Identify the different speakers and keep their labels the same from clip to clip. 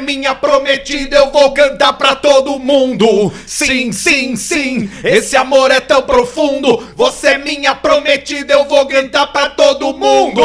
Speaker 1: minha prometida, eu vou cantar pra todo mundo. Sim, sim, sim, esse amor é tão profundo. Você é minha prometida, eu vou cantar pra todo mundo.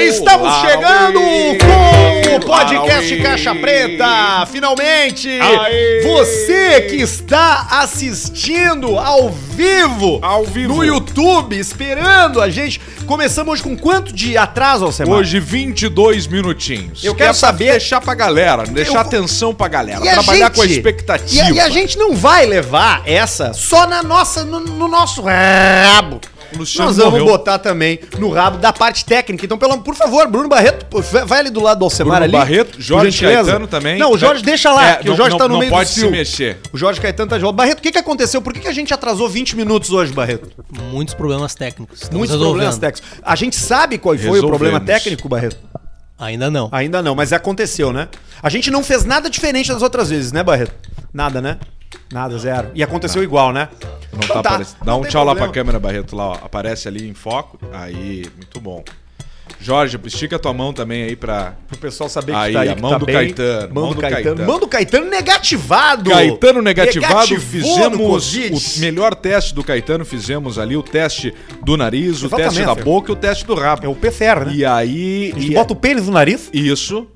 Speaker 1: Estamos
Speaker 2: Auê.
Speaker 1: chegando com o podcast
Speaker 2: Auê.
Speaker 1: Caixa Preta, finalmente.
Speaker 2: Aê.
Speaker 1: Você que está assistindo ao vivo,
Speaker 2: Ao vivo.
Speaker 1: no YouTube, esperando a gente. Começamos hoje com quanto de atraso, Alcemar?
Speaker 2: Hoje, 22 minutinhos.
Speaker 1: Eu quero
Speaker 2: é pra
Speaker 1: saber-
Speaker 2: Deixar pra galera, deixar
Speaker 1: Eu vou-
Speaker 2: atenção pra galera.
Speaker 1: E a
Speaker 2: trabalhar
Speaker 1: gente-
Speaker 2: com a expectativa.
Speaker 1: E a, e a gente não vai levar essa só na nossa, no, no nosso rabo.
Speaker 2: O Luciano
Speaker 1: Nós vamos
Speaker 2: morreu.
Speaker 1: botar também no rabo da parte técnica. Então, pelo, por favor, Bruno Barreto, pô, vai vai ali do lado do Alcemar
Speaker 2: Bruno
Speaker 1: ali.
Speaker 2: Barreto,
Speaker 1: por
Speaker 2: Jorge
Speaker 1: gentileza.
Speaker 2: Caetano também.
Speaker 1: Não, o Jorge deixa
Speaker 2: É,
Speaker 1: lá, que o
Speaker 2: não-
Speaker 1: Jorge
Speaker 2: não-
Speaker 1: tá no
Speaker 2: não
Speaker 1: meio
Speaker 2: pode
Speaker 1: do
Speaker 2: se
Speaker 1: fio.
Speaker 2: mexer.
Speaker 1: O Jorge Caetano tá de volta. Barreto, o que, que aconteceu? Por que, que a gente atrasou 20 minutos hoje, Barreto?
Speaker 3: Muitos problemas técnicos. Estamos
Speaker 1: Muitos
Speaker 3: resolvendo.
Speaker 1: problemas técnicos. A gente sabe qual foi o
Speaker 2: Resolvemos.
Speaker 1: problema técnico, Barreto?
Speaker 3: Ainda não.
Speaker 1: Ainda não, mas aconteceu, né? A gente não fez nada diferente das outras vezes, né, Barreto? Nada, né? Nada, zero. E aconteceu igual, né?
Speaker 2: Não
Speaker 1: Então
Speaker 2: tá
Speaker 1: tá,
Speaker 2: aparecendo. Dá
Speaker 1: não
Speaker 2: um
Speaker 1: tem
Speaker 2: tchau lá
Speaker 1: problema.
Speaker 2: pra câmera, Barreto, lá, ó. Aparece ali em foco. Aí, muito bom. Jorge, estica tua mão também aí pra.
Speaker 1: Pro pessoal saber
Speaker 2: Aí, a
Speaker 1: que tá
Speaker 2: mão do Caetano,
Speaker 1: Mão
Speaker 2: mão
Speaker 1: do
Speaker 2: do
Speaker 1: Caetano.
Speaker 2: Caetano.
Speaker 1: Mão do Caetano negativado.
Speaker 2: Caetano negativado,
Speaker 1: Negativou no
Speaker 2: fizemos
Speaker 1: Covid.
Speaker 2: o melhor teste do Caetano, fizemos ali o teste do nariz, o
Speaker 1: Exatamente,
Speaker 2: teste da
Speaker 1: é.
Speaker 2: boca e o teste do rabo.
Speaker 1: É o PCR, né?
Speaker 2: E aí.
Speaker 1: A gente
Speaker 2: e- é,
Speaker 1: bota o pênis no nariz.
Speaker 2: Isso.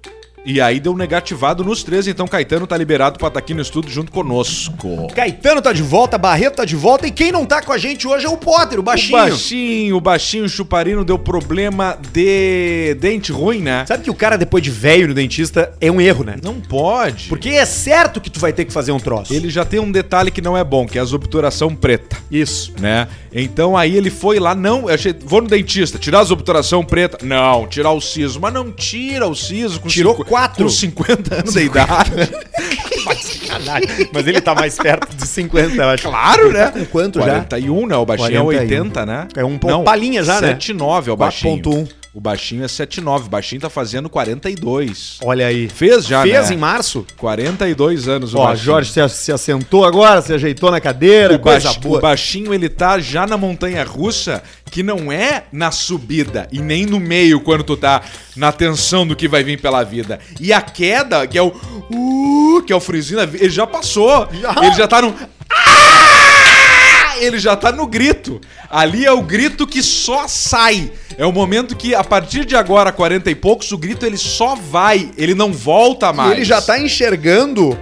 Speaker 2: E aí deu negativado nos três, então Caetano tá liberado pra estar aqui no estúdio junto conosco.
Speaker 1: Caetano tá de volta, Barreto tá de volta e quem não tá com a gente hoje é o Potter, o baixinho.
Speaker 2: O baixinho, o baixinho chuparino deu problema de dente ruim, né?
Speaker 1: Sabe que o cara depois de velho no dentista é um erro, né?
Speaker 2: Não pode.
Speaker 1: Porque é certo que tu vai ter que fazer um troço.
Speaker 2: ele já tem um detalhe que não é bom, que é as obturação preta.
Speaker 1: Isso.
Speaker 2: Né? Então aí ele foi lá, não, eu achei, vou no dentista, tirar as obturação preta. Não, tirar o siso, mas não tira o siso com
Speaker 1: Tirou
Speaker 2: cinqu-
Speaker 1: quatro.
Speaker 2: com 50 anos de idade.
Speaker 1: Mas ele tá mais perto dos 50, eu acho.
Speaker 2: Claro, né?
Speaker 1: Com quanto já?
Speaker 2: 41, né? O baixinho
Speaker 1: 41.
Speaker 2: é 80, né?
Speaker 1: É um pouco palhinha já, né?
Speaker 2: 79 é o baixinho.
Speaker 1: 4.1.
Speaker 2: O baixinho é 79. O baixinho tá fazendo 42.
Speaker 1: Olha aí.
Speaker 2: Fez já,
Speaker 1: Fez
Speaker 2: né?
Speaker 1: em março?
Speaker 2: 42 anos o
Speaker 1: Ó,
Speaker 2: baixinho.
Speaker 1: Jorge se, se assentou agora, se ajeitou na cadeira,
Speaker 2: O,
Speaker 1: coisa
Speaker 2: baixi-
Speaker 1: boa.
Speaker 2: o baixinho, ele tá já na montanha russa, que não é na subida e nem no meio quando tu tá na tensão do que vai vir pela vida. E a queda, que é o. Uh, que é o frisinho, da vi- ele já passou.
Speaker 1: Já?
Speaker 2: Ele já tá no. Ah! Ele já tá no grito. Ali é o grito que só sai. É o momento que, a partir de agora, 40 e poucos, o grito ele só vai. Ele não volta
Speaker 1: E
Speaker 2: mais.
Speaker 1: ele já tá enxergando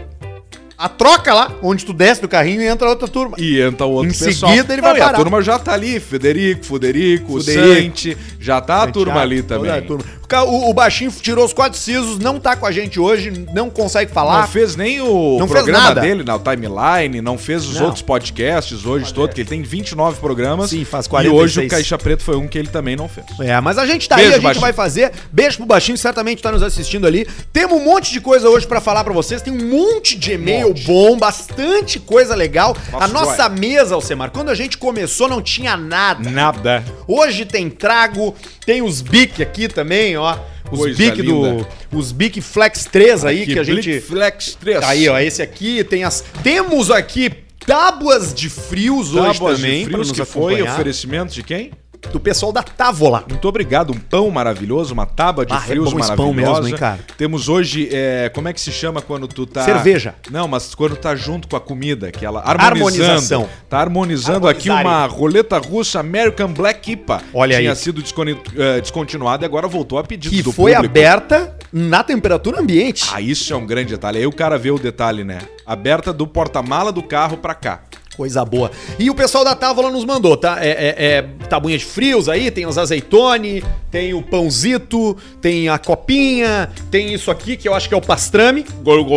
Speaker 1: a troca lá, onde tu desce do carrinho e entra outra turma.
Speaker 2: E entra o outro
Speaker 1: Em
Speaker 2: pessoal.
Speaker 1: seguida ele vai
Speaker 2: e a
Speaker 1: parar.
Speaker 2: turma já tá ali, Federico, Fuderico,
Speaker 1: Fuderico.
Speaker 2: Sante, já tá a turma ali
Speaker 1: Toda
Speaker 2: também.
Speaker 1: a turma. O ca- O, o baixinho tirou os quatro sisos, não tá com a gente hoje, não consegue
Speaker 2: Não
Speaker 1: falar.
Speaker 2: fez nem o
Speaker 1: Não fez
Speaker 2: programa
Speaker 1: nada.
Speaker 2: dele na timeline, não fez os
Speaker 1: Não.
Speaker 2: outros podcasts hoje todo, que ele tem 29 programas.
Speaker 1: Sim, faz
Speaker 2: E hoje
Speaker 1: 46.
Speaker 2: o Caixa Preto foi um que ele também não fez.
Speaker 1: É, mas a gente tá aí,
Speaker 2: Beijo,
Speaker 1: a gente
Speaker 2: Baixinho.
Speaker 1: vai fazer. Beijo pro Baixinho, certamente tá nos assistindo ali. Temos um monte de coisa hoje pra falar pra vocês. Tem um monte de e-mail bom, bastante coisa legal. a
Speaker 2: Nossa,
Speaker 1: nossa mesa, Alcemar, quando a gente começou não tinha nada.
Speaker 2: Nada.
Speaker 1: Hoje tem trago, tem os bic aqui também, ó. Os
Speaker 2: Coisa
Speaker 1: bic do
Speaker 2: linda.
Speaker 1: os bic Flex 3 aí que, a
Speaker 2: Blitz
Speaker 1: gente
Speaker 2: Flex 3.
Speaker 1: Tá aí, ó, esse aqui tem as temos aqui tábuas de frios
Speaker 2: Tábuas
Speaker 1: hoje
Speaker 2: de
Speaker 1: também pra
Speaker 2: frios
Speaker 1: nos
Speaker 2: que foi
Speaker 1: acompanhar.
Speaker 2: oferecimento de quem?
Speaker 1: do pessoal da Távola.
Speaker 2: Muito obrigado, um pão maravilhoso, uma tábua de
Speaker 1: Ah, é
Speaker 2: frios
Speaker 1: bom esse
Speaker 2: maravilhosa.
Speaker 1: pão mesmo, hein, cara?
Speaker 2: Temos hoje, é, como é que se chama quando tu tá...
Speaker 1: Cerveja.
Speaker 2: Não, mas quando tá junto com a comida, que ela harmonizando.
Speaker 1: Harmonização.
Speaker 2: Tá harmonizando aqui
Speaker 1: Harmonizarem.
Speaker 2: uma roleta russa American Black IPA.
Speaker 1: Olha
Speaker 2: Tinha
Speaker 1: aí.
Speaker 2: sido descone- eh, descontinuada e agora voltou a pedido
Speaker 1: que
Speaker 2: do
Speaker 1: foi
Speaker 2: público.
Speaker 1: aberta na temperatura ambiente.
Speaker 2: Ah, isso é um grande detalhe. Aí o cara vê o detalhe, né? Aberta do porta-mala do carro pra cá.
Speaker 1: Coisa boa. E o pessoal da Távola nos mandou, tá? É, é, é tabuinha de frios aí, tem os azeitone, tem o pãozito, tem a copinha, tem isso aqui que eu acho que é o pastrame,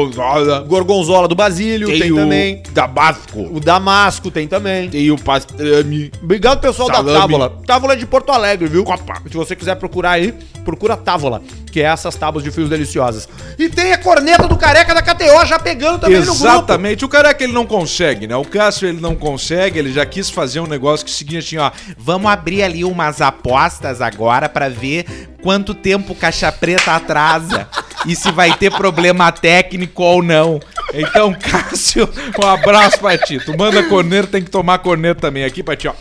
Speaker 2: Gorgonzola.
Speaker 1: gorgonzola do basílio, tem,
Speaker 2: Tem,
Speaker 1: também,
Speaker 2: também. Tabasco.
Speaker 1: o damasco tem também.
Speaker 2: Tem o pastrami.
Speaker 1: Obrigado, pessoal da
Speaker 2: Salame.
Speaker 1: Távola. Távola é de Porto Alegre, viu?
Speaker 2: Copa.
Speaker 1: Se você quiser procurar aí, procura a Távola, que é essas tábuas de frios deliciosas. E tem a corneta do careca da KTO já pegando também no grupo.
Speaker 2: Exatamente. O careca ele não consegue, né? O Cássio ele não consegue, ele já quis fazer um negócio que seguia assim, ó.
Speaker 4: Vamos abrir ali umas apostas agora pra ver quanto tempo o Caixa Preta atrasa e se vai ter problema técnico ou não.
Speaker 2: Então, Cássio, um abraço pra ti. Tu manda corneta, tem que tomar corneta também aqui pra ti, ó.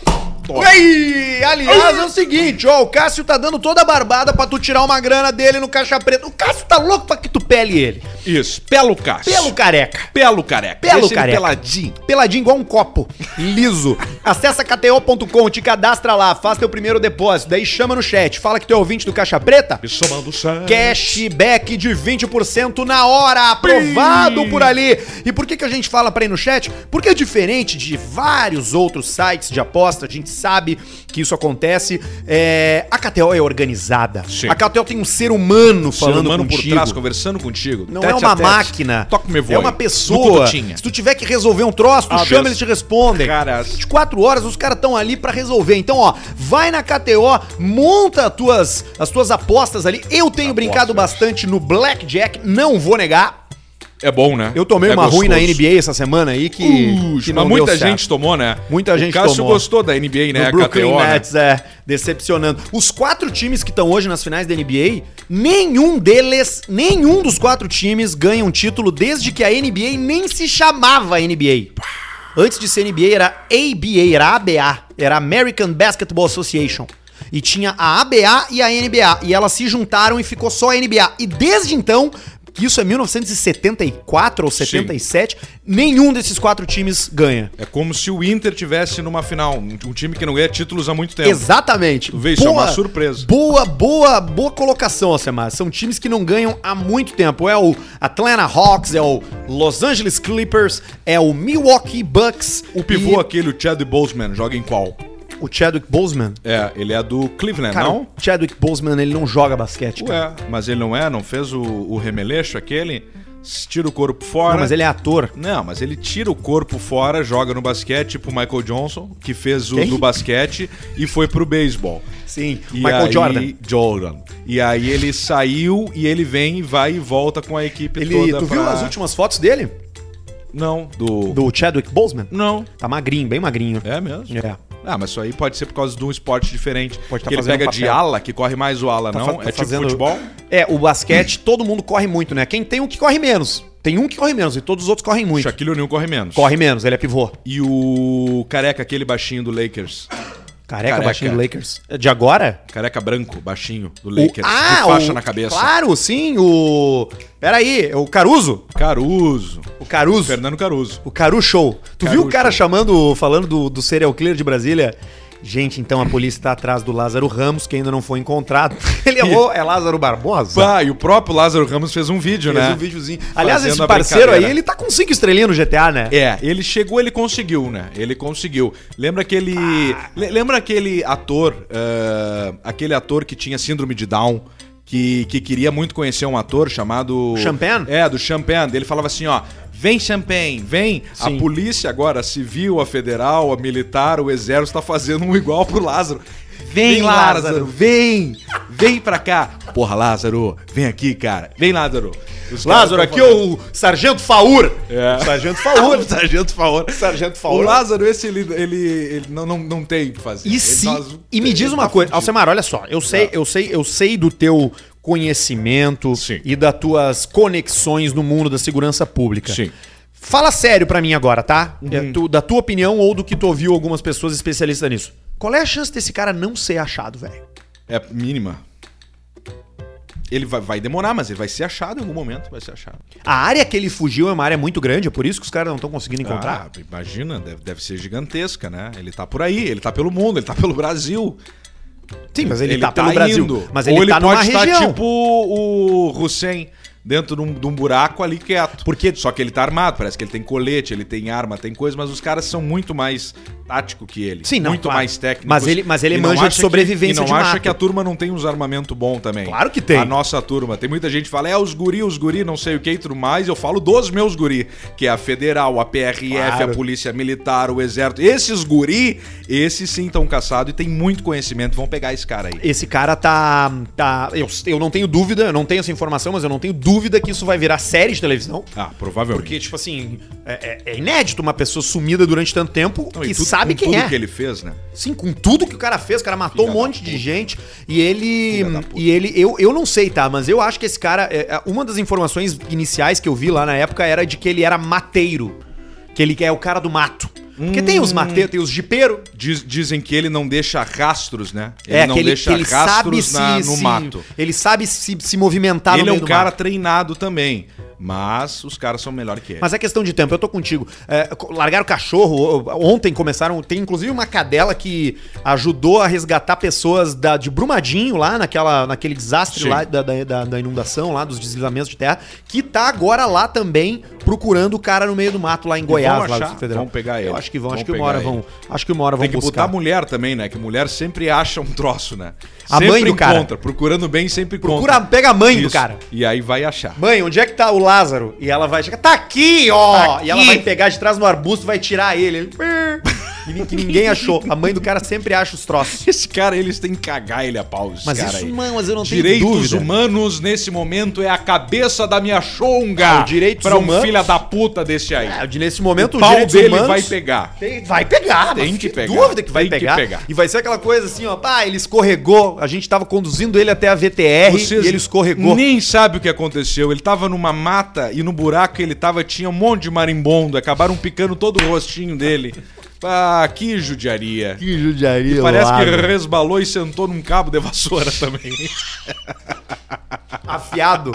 Speaker 2: Toma.
Speaker 1: Ei, aliás, é o seguinte, ó, o Cássio tá dando toda a barbada pra tu tirar uma grana dele no caixa preta. O Cássio tá louco pra que tu pele ele.
Speaker 2: Isso, pelo Cássio.
Speaker 1: Pelo careca.
Speaker 2: Pelo careca.
Speaker 1: Pelo
Speaker 2: Deixa ele
Speaker 1: careca.
Speaker 2: peladinho.
Speaker 1: Peladinho igual um copo, liso. Acessa kto.com, te cadastra lá, faz teu primeiro depósito, daí chama no chat, fala que tu é ouvinte do Caixa Preta,
Speaker 2: E somando sangue.
Speaker 1: cashback de 20% na hora, aprovado por ali. E por que, que a gente fala pra ir no chat? Porque é diferente de vários outros sites de aposta, a gente sabe que isso acontece. É, a KTO é organizada.
Speaker 2: Sim.
Speaker 1: A KTO tem um ser humano
Speaker 2: Ser
Speaker 1: falando
Speaker 2: humano por
Speaker 1: contigo.
Speaker 2: trás, conversando contigo.
Speaker 1: Não
Speaker 2: tete
Speaker 1: é
Speaker 2: a
Speaker 1: uma
Speaker 2: tete.
Speaker 1: máquina.
Speaker 2: Toca me voe.
Speaker 1: É uma
Speaker 2: No
Speaker 1: pessoa.
Speaker 2: cututinha.
Speaker 1: Se tu tiver que resolver um troço, tu
Speaker 2: Ah,
Speaker 1: chama,
Speaker 2: Deus.
Speaker 1: eles te respondem.
Speaker 2: Cara,
Speaker 1: 24 horas os caras estão ali pra resolver. Então, ó, vai na KTO, monta as tuas, as tuas apostas ali. Eu tenho brincado bastante no Blackjack, não vou negar.
Speaker 2: É bom, né?
Speaker 1: Eu tomei
Speaker 2: É
Speaker 1: uma ruim na
Speaker 2: gostoso.
Speaker 1: NBA essa semana aí que,
Speaker 2: Uh, mas
Speaker 1: que não
Speaker 2: muita
Speaker 1: deu certo.
Speaker 2: gente tomou, né?
Speaker 1: Muita gente
Speaker 2: o Cássio
Speaker 1: tomou.
Speaker 2: gostou da NBA, né?
Speaker 1: No
Speaker 2: A
Speaker 1: Brooklyn
Speaker 2: KTO, né?
Speaker 1: Nets, é, decepcionando. Os quatro times que estão hoje nas finais da NBA, nenhum deles, nenhum dos quatro times ganha um título desde que a NBA nem se chamava NBA. Antes de ser NBA era ABA, era ABA, era American Basketball Association. E tinha a ABA e a NBA, e elas se juntaram e ficou só a NBA. E desde então, que isso é 1974 ou 77, nenhum desses quatro times ganha.
Speaker 2: É como se o Inter tivesse numa final. Um um time que não ganha títulos há muito tempo.
Speaker 1: Exatamente.
Speaker 2: Tu vê, isso é uma surpresa.
Speaker 1: Boa, boa, boa colocação, Alcemar. São times que não ganham há muito tempo. É o Atlanta Hawks, é o Los Angeles Clippers, é o Milwaukee Bucks.
Speaker 2: O pivô aquele, o Chad Boseman, joga em qual?
Speaker 1: e O Chadwick Boseman.
Speaker 2: É, ele é do Cleveland,
Speaker 1: Cara,
Speaker 2: não?
Speaker 1: o Chadwick Boseman, ele não joga basquete. cara.
Speaker 2: Ué, mas ele não é? Não fez o, o remeleixo aquele? Tira o corpo fora.
Speaker 1: Não, mas ele é ator.
Speaker 2: Não, mas ele tira o corpo fora, joga no basquete, tipo o Michael Johnson, que fez o
Speaker 1: Quem?
Speaker 2: do basquete e foi pro beisebol.
Speaker 1: Sim.
Speaker 2: E
Speaker 1: Michael
Speaker 2: aí-
Speaker 1: Jordan.
Speaker 2: Jordan. E aí ele saiu e ele vem e vai e volta com a equipe
Speaker 1: Ele,
Speaker 2: toda
Speaker 1: tu viu
Speaker 2: pra-
Speaker 1: as últimas fotos dele?
Speaker 2: Não, do...
Speaker 1: Do Chadwick Boseman?
Speaker 2: Não.
Speaker 1: Tá magrinho, bem magrinho.
Speaker 2: É mesmo?
Speaker 1: É.
Speaker 2: Ah, mas isso aí pode ser por causa de um esporte diferente.
Speaker 1: Pode tá
Speaker 2: que ele
Speaker 1: fazendo
Speaker 2: pega
Speaker 1: um
Speaker 2: de
Speaker 1: papel.
Speaker 2: ala, que corre mais o ala,
Speaker 1: Tá
Speaker 2: não?
Speaker 1: fa-
Speaker 2: é
Speaker 1: tá
Speaker 2: tipo
Speaker 1: fazendo-
Speaker 2: futebol?
Speaker 1: É, o basquete, todo mundo corre muito, né? Quem tem um que corre menos. Tem um que corre menos e todos os outros correm
Speaker 2: O
Speaker 1: muito.
Speaker 2: Shaquille O'Neal corre menos.
Speaker 1: Corre menos, ele é pivô.
Speaker 2: E o careca, aquele baixinho do Lakers.
Speaker 1: Careca,
Speaker 2: Careca.
Speaker 1: baixinho do Lakers. É De agora?
Speaker 2: Careca branco, baixinho, do
Speaker 1: O- Ah,
Speaker 2: Lakers. com faixa
Speaker 1: o-
Speaker 2: na cabeça.
Speaker 1: Claro, sim, o. Peraí, é o Caruso.
Speaker 2: Caruso.
Speaker 1: O Caruso.
Speaker 2: Fernando Caruso.
Speaker 1: O Caru Show. Tu
Speaker 2: Caru
Speaker 1: viu o cara
Speaker 2: Show.
Speaker 1: chamando, falando do, do serial killer de Brasília? Gente, então a polícia tá atrás do Lázaro Ramos, que ainda não foi encontrado. Ele errou, é Lázaro Barbosa?
Speaker 2: Bah, Ah, e o próprio Lázaro Ramos fez um vídeo,
Speaker 1: Tá. Fez
Speaker 2: né?
Speaker 1: um videozinho. Aliás,
Speaker 2: Fazendo
Speaker 1: esse
Speaker 2: a
Speaker 1: parceiro aí,
Speaker 2: brincadeira.
Speaker 1: ele tá com cinco estrelinhas no GTA, né?
Speaker 2: É, ele chegou, ele conseguiu, né? Ele conseguiu. Lembra aquele. le- Lembra aquele ator. ah, aquele ator que tinha síndrome de Down. Que, que queria muito conhecer um ator chamado.
Speaker 1: Champagne?
Speaker 2: É, do Champagne. Ele falava assim, ó. Vem, Champagne, vem. A polícia agora, a civil, a federal, a militar, o exército, tá fazendo um igual pro Lázaro. Vem,
Speaker 1: Vem,
Speaker 2: Lázaro,
Speaker 1: Lázaro.
Speaker 2: vem! Vem pra cá! Porra, Lázaro, vem aqui, cara. Vem, Lázaro. Os caras
Speaker 1: Lázaro,
Speaker 2: tão
Speaker 1: aqui é
Speaker 2: fazendo-
Speaker 1: o Sargento Faur.
Speaker 2: É.
Speaker 1: Sargento Faur.
Speaker 2: Sargento Faor.
Speaker 1: Sargento
Speaker 2: O
Speaker 1: Faur.
Speaker 2: Lázaro, esse ele, ele, ele não, não, não tem o que fazer.
Speaker 1: E
Speaker 2: Ele
Speaker 1: se,
Speaker 2: nós-
Speaker 1: e me
Speaker 2: ele
Speaker 1: diz
Speaker 2: tá
Speaker 1: uma coisa,
Speaker 2: fudido.
Speaker 1: Alcemar, olha só, eu sei,
Speaker 2: Tá.
Speaker 1: eu sei, eu sei do teu conhecimento
Speaker 2: Sim.
Speaker 1: e das tuas conexões no mundo da segurança pública.
Speaker 2: Sim. Uhum.
Speaker 1: Fala sério pra mim agora, tá? É, tu- da tua opinião ou do que tu ouviu algumas pessoas especialistas nisso. Qual é a chance desse cara não ser achado, velho?
Speaker 2: É mínima. Ele vai, vai demorar, mas ele vai ser achado em algum momento, vai ser achado.
Speaker 1: A área que ele fugiu é uma área muito grande, é por isso que os caras não estão conseguindo encontrar.
Speaker 2: Ah, imagina, deve, deve ser gigantesca, né? Ele tá por aí, ele tá pelo mundo, ele tá pelo Brasil.
Speaker 1: Sim, mas ele,
Speaker 2: Ah, Ele
Speaker 1: tá, pelo Brasil.
Speaker 2: indo.
Speaker 1: Mas
Speaker 2: Ou
Speaker 1: ele,
Speaker 2: ele
Speaker 1: tá numa
Speaker 2: pode estar
Speaker 1: região.
Speaker 2: tipo o Hussein dentro de um, de um buraco ali quieto. Porque só que ele tá armado, parece que ele tem colete, ele tem arma, tem coisa, mas os caras são muito mais tático que ele,
Speaker 1: Sim, não,
Speaker 2: muito
Speaker 1: claro.
Speaker 2: mais técnico.
Speaker 1: Mas ele- mas ele manja de sobrevivência
Speaker 2: que, e não
Speaker 1: de
Speaker 2: acha
Speaker 1: mato.
Speaker 2: que a turma não tem uns armamento bom também.
Speaker 1: Claro que tem.
Speaker 2: A nossa turma, tem muita gente que fala: "É os guri, os guri, não sei o que e tudo mais". Eu falo dos meus guri, que é a Federal, a PRF,
Speaker 1: Claro.
Speaker 2: a Polícia Militar, o Exército. Esses guri, esses sim estão caçados e tem muito conhecimento, vão pegar esse cara aí.
Speaker 1: Esse cara tá. tá eu, eu não tenho dúvida, eu não tenho essa informação, mas eu não tenho dúvida que isso vai virar série de televisão.
Speaker 2: Ah, provavelmente.
Speaker 1: Porque, tipo assim, é, é- é inédito uma pessoa sumida durante tanto tempo
Speaker 2: Não,
Speaker 1: que
Speaker 2: tudo-
Speaker 1: sabe
Speaker 2: com
Speaker 1: quem
Speaker 2: tudo
Speaker 1: é.
Speaker 2: que ele fez, né?
Speaker 1: Sim, com tudo que o cara fez, o cara matou
Speaker 2: Filha
Speaker 1: um monte
Speaker 2: da
Speaker 1: de
Speaker 2: puta.
Speaker 1: gente. E ele.
Speaker 2: Filha da puta.
Speaker 1: E ele. Eu, eu não sei, tá? Mas eu acho que esse cara. é, é, Uma das informações iniciais que eu vi lá na época era de que ele era mateiro. Que ele é o cara do mato. Porque tem
Speaker 2: Hum.
Speaker 1: os mateiros, tem os jipeiros.
Speaker 2: Diz- dizem que ele não deixa rastros, né? Ele
Speaker 1: é,
Speaker 2: não
Speaker 1: que ele,
Speaker 2: deixa
Speaker 1: que ele sabe
Speaker 2: rastros
Speaker 1: se,
Speaker 2: na- no
Speaker 1: se-
Speaker 2: mato.
Speaker 1: Ele sabe se, se movimentar
Speaker 2: ele é um
Speaker 1: Tá do
Speaker 2: cara
Speaker 1: mato.
Speaker 2: treinado também. Mas os caras são melhor que ele.
Speaker 1: Mas é questão de tempo, eu tô contigo. É, co- largaram o cachorro, o- ontem começaram. Tem inclusive uma cadela que ajudou a resgatar pessoas da, de Brumadinho lá, naquela, naquele desastre
Speaker 2: Sim.
Speaker 1: lá da, da- da- da inundação, lá dos deslizamentos de terra, que tá agora lá também procurando o cara no meio do mato lá em Goiás,
Speaker 2: vão
Speaker 1: lá do
Speaker 2: achar,
Speaker 1: Distrito Federal.
Speaker 2: vão pegar
Speaker 1: Eu
Speaker 2: ele.
Speaker 1: acho que vão,
Speaker 2: Vão
Speaker 1: acho que uma
Speaker 2: pegar
Speaker 1: hora
Speaker 2: ele.
Speaker 1: vão. Acho que uma hora vão
Speaker 2: Tem que
Speaker 1: buscar.
Speaker 2: botar mulher também, né? Que mulher sempre acha um troço, né?
Speaker 1: A
Speaker 2: sempre
Speaker 1: mãe do cara.
Speaker 2: Procurando bem, sempre
Speaker 1: Procura, pega a mãe do cara.
Speaker 2: E aí vai achar.
Speaker 1: Mãe, onde é que tá o Lázaro? E ela vai chegar, tá aqui, ó!
Speaker 5: Tá
Speaker 1: E ela
Speaker 5: aqui.
Speaker 1: vai pegar de trás no arbusto e vai tirar ele. Ele, E ni- que ninguém achou. A mãe do cara sempre acha os troços.
Speaker 2: Esse cara, eles têm que cagar ele a pau, esse
Speaker 1: Mas
Speaker 2: cara
Speaker 1: isso,
Speaker 2: aí.
Speaker 1: mano, mas eu não tenho
Speaker 2: Direitos
Speaker 1: dúvida.
Speaker 2: humanos, nesse momento, é a cabeça da minha chonga.
Speaker 1: Ah, o direitos
Speaker 2: pra um
Speaker 1: humanos-
Speaker 2: filho da puta desse aí.
Speaker 1: Ah, Nesse momento,
Speaker 2: o pau
Speaker 1: direitos
Speaker 2: dele
Speaker 1: humanos-
Speaker 2: vai pegar.
Speaker 1: Tem- Vai pegar,
Speaker 2: Tem
Speaker 1: mas
Speaker 2: que
Speaker 1: que
Speaker 2: pegar.
Speaker 1: dúvida que vai
Speaker 2: Tem que
Speaker 1: pegar.
Speaker 2: pegar.
Speaker 1: E vai ser aquela coisa assim, ó, pá, ele escorregou, a gente tava conduzindo ele até a VTR
Speaker 2: Vocês
Speaker 1: e ele escorregou.
Speaker 2: Nem sabe o que aconteceu. Ele tava numa mata e no buraco que ele tava tinha um monte de marimbondo. Acabaram picando todo o rostinho dele. Ah, que judiaria. né?
Speaker 1: Que judiaria,
Speaker 2: Parece que
Speaker 1: Lázaro.
Speaker 2: resbalou e sentou num cabo de vassoura também.
Speaker 1: afiado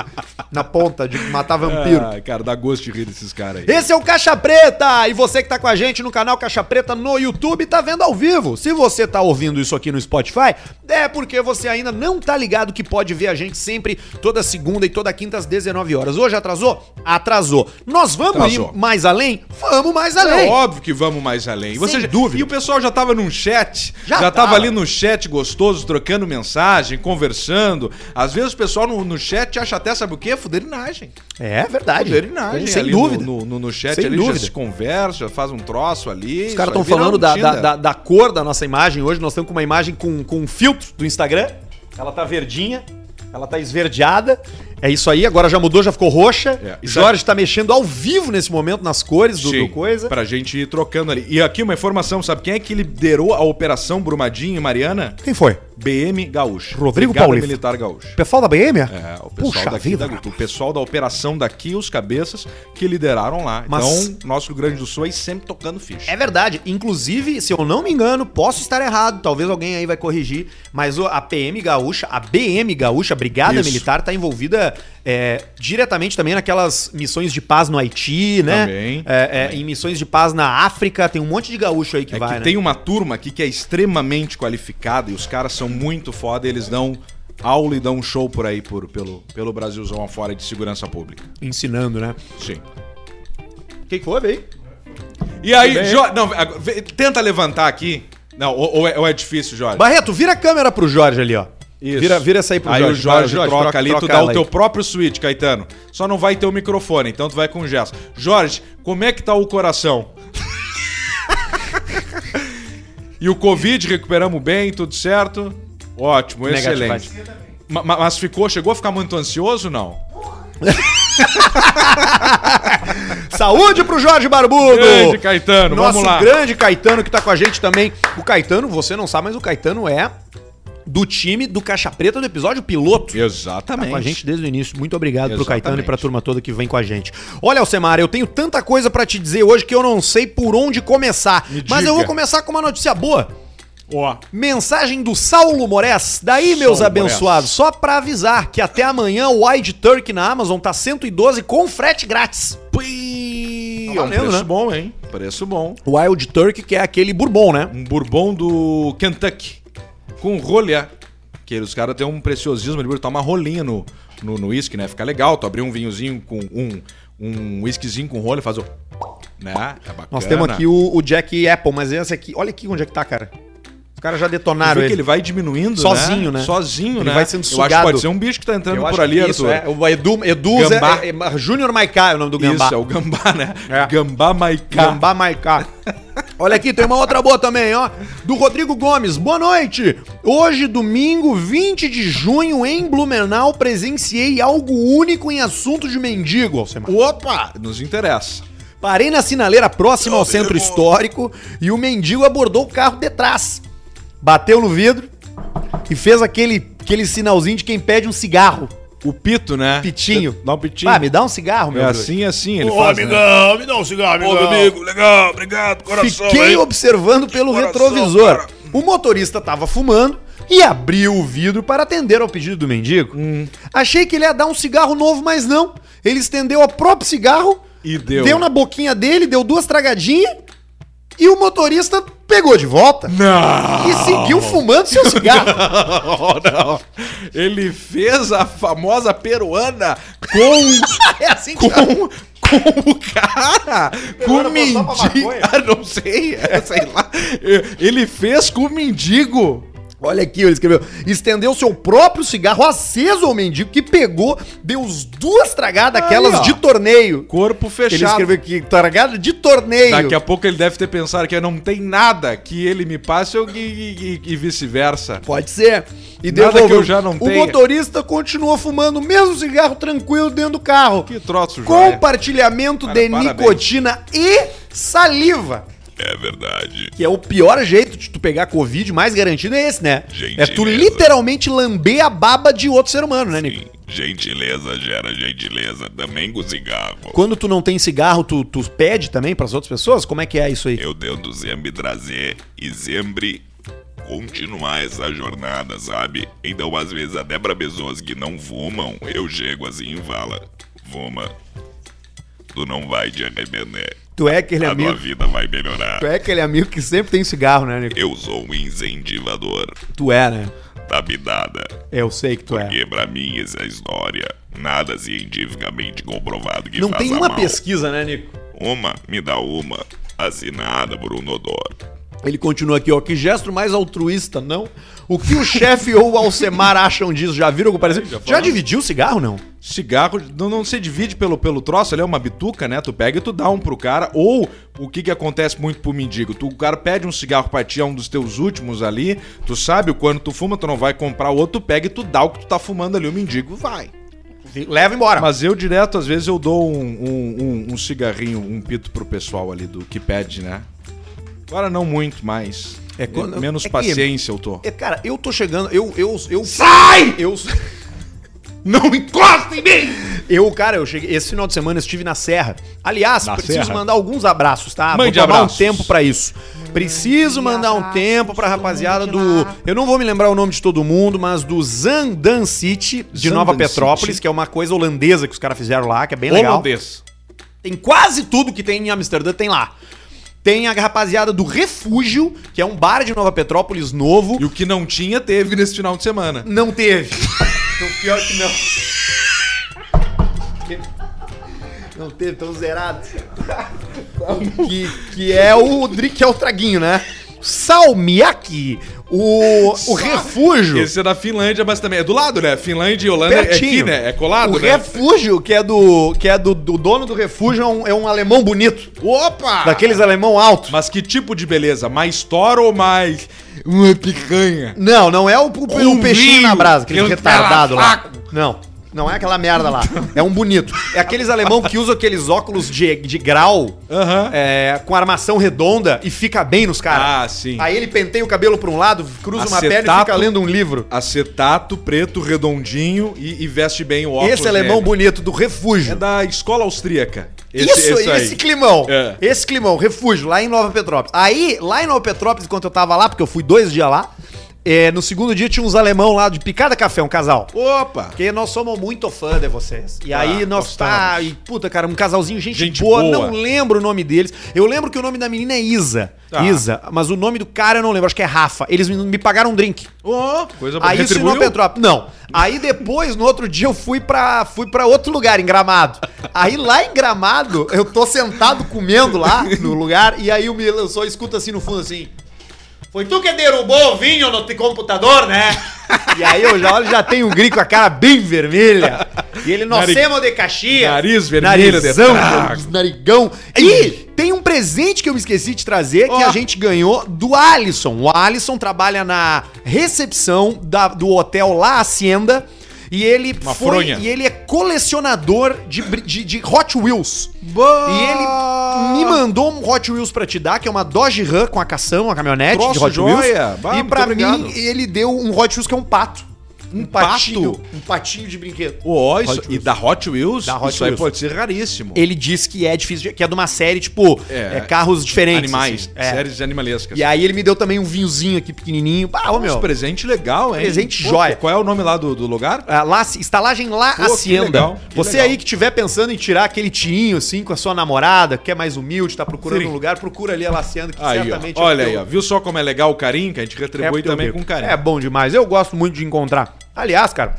Speaker 1: na ponta de matar vampiro.
Speaker 2: Ah, cara, dá gosto de rir desses caras aí.
Speaker 1: Esse é o Caixa Preta! E você que tá com a gente no canal Caixa Preta no YouTube tá vendo ao vivo. Se você tá ouvindo isso aqui no Spotify, é porque você ainda não tá ligado que pode ver a gente sempre toda segunda e toda quinta às 19 horas. Hoje atrasou? Atrasou. Nós vamos
Speaker 2: Atrasou.
Speaker 1: ir mais além? Vamos mais
Speaker 2: É
Speaker 1: além.
Speaker 2: óbvio que vamos mais além. Você
Speaker 1: Sem
Speaker 2: já-
Speaker 1: dúvida.
Speaker 2: E o pessoal já tava num chat, já,
Speaker 1: Já
Speaker 2: tava.
Speaker 1: tava.
Speaker 2: ali no chat gostoso, trocando mensagem, conversando. Às vezes o pessoal no, no chat acha até, sabe o quê? Fuderinagem.
Speaker 1: É verdade.
Speaker 2: Fuderinagem.
Speaker 1: Sem
Speaker 2: ali
Speaker 1: dúvida.
Speaker 2: No, no, no chat
Speaker 1: Sem
Speaker 2: ali
Speaker 1: dúvida.
Speaker 2: já se conversa, faz um troço ali.
Speaker 1: Os caras
Speaker 2: isso aí
Speaker 1: estão
Speaker 2: vira
Speaker 1: falando
Speaker 2: um
Speaker 1: da, da,
Speaker 2: Tinder.
Speaker 1: da, da cor da nossa imagem hoje. Nós estamos com uma imagem com, com um filtro do Instagram. Ela tá verdinha, ela tá esverdeada. É isso aí, agora já mudou, já ficou roxa.
Speaker 2: É, isso
Speaker 1: Jorge tá mexendo ao vivo nesse momento nas cores do,
Speaker 2: Sim,
Speaker 1: do coisa.
Speaker 2: Pra gente ir trocando ali. E aqui uma informação, sabe quem é que liderou a Operação Brumadinho e Mariana?
Speaker 1: Quem foi?
Speaker 2: BM Gaúcho.
Speaker 1: Rodrigo
Speaker 2: Brigada
Speaker 1: Paulista.
Speaker 2: Militar Gaúcho.
Speaker 1: O pessoal da BM?
Speaker 2: É, o pessoal
Speaker 1: Puxa
Speaker 2: daqui,
Speaker 1: vida.
Speaker 2: da,
Speaker 1: cara.
Speaker 2: o pessoal da operação daqui, os cabeças, que lideraram lá.
Speaker 1: Mas-
Speaker 2: Então, nosso Rio Grande do Sul aí sempre tocando ficha.
Speaker 1: É verdade. Inclusive, se eu não me engano, posso estar errado, talvez alguém aí vai corrigir, mas o- a PM Gaúcha, a BM Gaúcha, a Brigada
Speaker 2: Isso.
Speaker 1: Militar, está envolvida é, diretamente também naquelas missões de paz no Haiti, né?
Speaker 2: Também.
Speaker 1: É, é, em missões de paz na África, tem um monte de gaúcho aí que
Speaker 2: É
Speaker 1: vai,
Speaker 2: que
Speaker 1: né?
Speaker 2: tem uma turma aqui que é extremamente qualificada e os caras são muito foda, eles dão aula e dão um show por aí por, pelo, pelo Brasilzão afora de segurança pública.
Speaker 1: Ensinando, né?
Speaker 2: Sim.
Speaker 1: O que que foi, velho?
Speaker 2: E aí,
Speaker 1: Bem-
Speaker 2: Jorge. Não, agora, vê- tenta levantar aqui. Não, ou, ou é, ou é difícil, Jorge?
Speaker 1: Barreto, vira a câmera pro Jorge ali, ó.
Speaker 2: Isso.
Speaker 1: Vira, vira essa aí pro
Speaker 2: aí
Speaker 1: Jorge.
Speaker 2: o Jorge,
Speaker 1: Vai,
Speaker 2: troca, ali, tu dá
Speaker 1: ela
Speaker 2: o
Speaker 1: aí.
Speaker 2: teu próprio switch, Caetano. Só não vai ter o microfone, então tu vai com o gesto. Jorge, como é que tá o coração? e o Covid, recuperamos bem, tudo certo? Ótimo,
Speaker 1: Negativo,
Speaker 2: excelente. Ma- ma- mas ficou, chegou a ficar muito ansioso, não?
Speaker 1: Saúde pro Jorge Barbudo!
Speaker 2: Grande Caetano,
Speaker 1: Nosso
Speaker 2: vamos lá.
Speaker 1: grande Caetano que tá com a gente também. O Caetano, você não sabe, mas o Caetano é do time do Caixa Preta do episódio piloto. Tá
Speaker 2: Exatamente.
Speaker 1: com a gente desde o início. Muito obrigado pro
Speaker 2: Exatamente.
Speaker 1: Caetano e pra turma toda que vem com a gente. Olha, Alcemar, eu tenho tanta coisa pra te dizer hoje que eu não sei por onde começar.
Speaker 2: Me
Speaker 1: mas
Speaker 2: diga.
Speaker 1: eu vou começar com uma notícia boa.
Speaker 2: Ó,
Speaker 1: Mensagem do Saulo Mores. Daí, meus
Speaker 2: Saulo
Speaker 1: abençoados, só pra avisar que até amanhã o Wide Turkey na Amazon tá 112 com frete grátis.
Speaker 2: pui, é
Speaker 1: Tá
Speaker 2: um
Speaker 1: valendo,
Speaker 2: preço
Speaker 1: né?
Speaker 2: bom, hein? Preço bom.
Speaker 1: Wild Turkey, que é aquele bourbon, né?
Speaker 2: um bourbon do Kentucky com rolha. Que os caras têm um preciosismo de botar uma rolinha no no no uísque, né? Fica legal, tu abrir um vinhozinho com um um whiskyzinho com rolha, faz o né? É bacana.
Speaker 1: Nós temos aqui o, o Jack Apple, mas esse aqui, olha aqui onde é que tá, cara. Os caras já
Speaker 2: Tu vê
Speaker 1: detonaram
Speaker 2: que
Speaker 1: ele.
Speaker 2: ele vai diminuindo,
Speaker 1: Sozinho, né?
Speaker 2: Sozinho,
Speaker 1: Ele
Speaker 2: né?
Speaker 1: vai sendo
Speaker 2: Eu acho que
Speaker 1: sugado.
Speaker 2: pode ser um bicho que tá entrando
Speaker 1: Eu
Speaker 2: por
Speaker 1: acho
Speaker 2: ali,
Speaker 1: que
Speaker 2: Arthur.
Speaker 1: isso, é. O Edu, Edu Zé-
Speaker 2: Gambá.
Speaker 1: é, é, Júnior Maiká é o nome do Gambá.
Speaker 2: Isso, é o gambá, né?
Speaker 1: É.
Speaker 2: Gambá Maiká.
Speaker 1: Gambá Maiká. Olha aqui, tem uma outra boa também, ó. Do Rodrigo Gomes. Boa noite. Hoje, domingo, 20 de junho, em Blumenau, presenciei algo único em assunto de mendigo, Alcemar.
Speaker 2: Opa! Nos interessa.
Speaker 1: Parei na sinaleira próxima ao centro histórico e o mendigo abordou o carro de trás. Bateu no vidro e fez aquele, aquele sinalzinho de quem pede um cigarro.
Speaker 2: O pito, né?
Speaker 1: Pitinho.
Speaker 2: Dá um pitinho.
Speaker 1: Ah, me dá um cigarro, meu
Speaker 2: é
Speaker 1: Deus.
Speaker 2: assim, assim, ele faz, né?
Speaker 3: me dá um cigarro, amigão.
Speaker 2: legal, obrigado, coração.
Speaker 1: Fiquei observando pelo
Speaker 2: Coração,
Speaker 1: retrovisor.
Speaker 2: cara.
Speaker 1: O motorista tava fumando e abriu o vidro para atender ao pedido do mendigo.
Speaker 2: Hum.
Speaker 1: Achei que ele ia dar um cigarro novo, mas não. Ele estendeu o próprio cigarro,
Speaker 2: E deu.
Speaker 1: na boquinha dele, deu duas tragadinhas e o motorista pegou de volta
Speaker 2: Não!
Speaker 1: e seguiu fumando seu cigarro.
Speaker 2: não. Ele fez a famosa peruana com.
Speaker 1: É assim que
Speaker 2: com. Com o cara, com o
Speaker 1: Peruana voltou pra
Speaker 2: mendigo.
Speaker 1: maconha?
Speaker 2: Ah, não sei, é, sei lá. Ele fez com o mendigo.
Speaker 1: Olha aqui, ele escreveu. Estendeu seu próprio cigarro aceso ao mendigo que pegou, deu as duas tragadas
Speaker 2: Aí,
Speaker 1: aquelas
Speaker 2: ó.
Speaker 1: de torneio.
Speaker 2: Corpo
Speaker 1: Ele
Speaker 2: fechado.
Speaker 1: escreveu que tragada de torneio.
Speaker 2: Daqui a pouco ele deve ter pensado que não tem nada que ele me passe ou que- e, e- e vice-versa.
Speaker 1: Pode ser. E
Speaker 2: Nada
Speaker 1: devolveu.
Speaker 2: que eu já não
Speaker 1: o
Speaker 2: tenha.
Speaker 1: motorista continuou fumando o mesmo cigarro tranquilo dentro do carro.
Speaker 2: Que troço, joia.
Speaker 1: Compartilhamento
Speaker 2: Cara,
Speaker 1: de
Speaker 2: parabéns.
Speaker 1: nicotina e saliva.
Speaker 6: É verdade.
Speaker 1: Que é o pior jeito de tu pegar Covid, mais garantido é esse, né?
Speaker 6: Gentileza.
Speaker 1: É tu literalmente lamber a baba de outro ser humano, né, Nico?
Speaker 6: Gentileza gera gentileza, também com cigarro.
Speaker 1: Quando tu não tem cigarro, tu, tu pede também pras outras pessoas? Como é que é isso aí?
Speaker 6: Eu tento sempre trazer e sempre continuar essa jornada, sabe? Então, às vezes, até pra pessoas que não fumam, eu chego assim e falo: Fuma, tu não vai te arrepender.
Speaker 1: Tu é aquele
Speaker 6: A tua
Speaker 1: amigo.
Speaker 6: vida vai melhorar.
Speaker 1: Tu é aquele amigo que sempre tem cigarro, né, Nico?
Speaker 6: Eu sou um incentivador
Speaker 1: Tu é, né?
Speaker 6: da vidada.
Speaker 1: Eu sei que tu é.
Speaker 6: Porque pra mim essa história, nada cientificamente comprovado que
Speaker 1: Não
Speaker 6: faça
Speaker 1: tem uma
Speaker 6: mal.
Speaker 1: pesquisa, né, Nico?
Speaker 6: Uma, me dá uma, assinada por um Odor.
Speaker 1: Ele continua aqui, ó. Que gesto mais altruísta, não? O que o chefe ou o Alcemar acham disso? Já viram o parecido? Já,
Speaker 2: falamos.
Speaker 1: dividiu o cigarro, não?
Speaker 2: Cigarro não, não se divide pelo, pelo troço, ele é uma bituca, né? Tu pega e tu dá um pro cara. Ou o que que acontece muito pro mendigo? Tu, o cara pede um cigarro pra ti, é um dos teus últimos ali. Tu sabe, o quando tu fuma, tu não vai comprar outro, tu pega e tu dá o que tu tá fumando ali, o mendigo vai.
Speaker 1: Leva embora.
Speaker 2: Mas eu direto, às vezes, eu dou um, um, um- um cigarrinho, um pito pro pessoal ali do que pede, né? Agora não muito mais.
Speaker 1: É quando-
Speaker 2: Menos
Speaker 1: é que-
Speaker 2: paciência eu tô.
Speaker 1: É, cara, eu tô chegando. Eu. eu, eu Sai! Eu.
Speaker 2: Não encosta em mim!
Speaker 1: Eu, cara, eu cheguei. Esse final de semana eu estive na Serra. Aliás,
Speaker 2: Na
Speaker 1: preciso
Speaker 2: Serra?
Speaker 1: mandar alguns abraços, tá?
Speaker 2: Mande
Speaker 1: Vou tomar
Speaker 2: abraços.
Speaker 1: um tempo pra isso. Preciso mandar um tempo pra rapaziada do. Eu não vou me lembrar o nome de todo mundo, mas do Zandan City, de
Speaker 2: Zandan
Speaker 1: Nova
Speaker 2: City.
Speaker 1: Petrópolis, que é uma coisa holandesa que os caras fizeram lá, que é bem legal.
Speaker 2: Holandês.
Speaker 1: Tem quase tudo que tem em Amsterdã, tem lá. Tem a rapaziada do Refúgio, que é um bar de Nova Petrópolis novo.
Speaker 2: E o que não tinha, teve nesse final de semana.
Speaker 1: Não teve. então, pior que não. Não teve, tão zerado. que, que é o drink que é o traguinho, né? Salmiak, o, o refúgio.
Speaker 2: Esse é da Finlândia, mas também é do lado, né? Finlândia e Holanda é aqui,
Speaker 1: Pertinho.
Speaker 2: né? É colado,
Speaker 1: o
Speaker 2: né?
Speaker 1: refúgio, que é do que é do, do dono do refúgio, é um, é um alemão bonito.
Speaker 2: Opa!
Speaker 1: Daqueles alemão alto.
Speaker 2: Mas que tipo de beleza? Mais toro ou mais uma picanha?
Speaker 1: Não, não é o, o, o peixinho
Speaker 2: Um vinho,
Speaker 1: na brasa, aquele
Speaker 2: aquele
Speaker 1: retardado lá.
Speaker 2: cara
Speaker 1: Não. Não é aquela merda lá. É um bonito. É aqueles alemão que usam aqueles óculos de, de grau
Speaker 2: Aham.
Speaker 1: é, com armação redonda e fica bem nos caras.
Speaker 2: Ah, sim.
Speaker 1: Aí ele penteia o cabelo pra um lado, cruza uma
Speaker 2: Acetato.
Speaker 1: perna e fica lendo um livro.
Speaker 2: Acetato, preto, redondinho e, e veste bem o óculos
Speaker 1: Esse é alemão
Speaker 2: dele.
Speaker 1: bonito do refúgio.
Speaker 2: É da escola austríaca.
Speaker 1: isso, esse, climão.
Speaker 2: É.
Speaker 1: Esse climão, refúgio, lá em Nova Petrópolis. Aí, lá em Nova Petrópolis, enquanto eu tava lá, porque eu fui dois dias lá, é, no segundo dia tinha uns alemão lá de picada café, um casal.
Speaker 2: Opa!
Speaker 1: Porque nós somos muito fã de vocês. E aí nós
Speaker 2: gostamos.
Speaker 1: tá. E, puta, cara, um casalzinho, gente,
Speaker 2: Ah, Gente
Speaker 1: boa,
Speaker 2: boa.
Speaker 1: não lembro o nome deles. Eu lembro que o nome da menina é Isa.
Speaker 2: Tá.
Speaker 1: Isa, mas o nome do cara eu não lembro, acho que é Rafa. Eles me, me pagaram um drink.
Speaker 2: Ó, coisa boa.
Speaker 1: Aí isso em Nova Petrópolis. Não. Aí depois, no outro dia, eu fui pra, fui pra outro lugar, em Gramado. Aí lá em Gramado, eu tô sentado comendo lá no lugar, e aí o Milan só escuta assim no fundo assim. Foi tu que derrubou o vinho no teu computador, né? E aí eu já olho, já tem um gri com a cara bem vermelha. E ele, nós
Speaker 2: Nariz-
Speaker 1: semos de Caxias.
Speaker 2: Nariz vermelho tá. de
Speaker 1: Narizão,
Speaker 2: trago.
Speaker 1: narigão. E tem um presente que eu me esqueci de trazer que
Speaker 2: Ó.
Speaker 1: a gente ganhou do Alisson. O Alisson trabalha na recepção da- do hotel La Hacienda. E ele
Speaker 2: Uma fronha.
Speaker 1: E ele é colecionador de, br- de- de Hot Wheels. E ele me mandou um Hot Wheels pra te dar, que é uma Dodge Ram com a cação, uma caminhonete
Speaker 2: Troço
Speaker 1: de Hot
Speaker 2: joia.
Speaker 1: Wheels.
Speaker 2: Bah,
Speaker 1: e
Speaker 2: muito
Speaker 1: pra
Speaker 2: obrigado.
Speaker 1: mim, ele deu um Hot Wheels que é um pato. Um patinho.
Speaker 2: pato?
Speaker 1: Um patinho de brinquedo.
Speaker 2: Ó, isso-
Speaker 1: Hot
Speaker 2: e da Hot Wheels,
Speaker 1: Da Hot
Speaker 2: isso aí
Speaker 1: Wheels.
Speaker 2: pode ser raríssimo.
Speaker 1: Ele diz que é difícil, de- que é de uma série, tipo,
Speaker 2: É,
Speaker 1: é, carros diferentes.
Speaker 2: Animais,
Speaker 1: assim. É.
Speaker 2: séries animalescas.
Speaker 1: E aí ele me deu também um vinhozinho aqui pequenininho. Ah, ô
Speaker 2: Nossa,
Speaker 1: meu.
Speaker 2: presente legal, hein?
Speaker 1: Presente joia.
Speaker 2: Qual é o nome lá do, do lugar?
Speaker 1: Ah, lá, estalagem lá
Speaker 2: Pô, que
Speaker 1: Hacienda.
Speaker 2: legal, que
Speaker 1: Você
Speaker 2: legal.
Speaker 1: aí que estiver pensando em tirar aquele tirinho assim com a sua namorada, que é mais humilde, tá procurando
Speaker 2: Sim.
Speaker 1: um lugar, procura ali a Lacienda, que
Speaker 2: Aí, ó.
Speaker 1: certamente é
Speaker 2: Olha
Speaker 1: o
Speaker 2: aí,
Speaker 1: teu-
Speaker 2: ó. Viu só como é legal o carinho? Que a gente
Speaker 1: é o
Speaker 2: retribui
Speaker 1: teu
Speaker 2: também
Speaker 1: amigo.
Speaker 2: com carinho.
Speaker 1: É bom demais. Eu gosto muito de encontrar. Aliás, cara,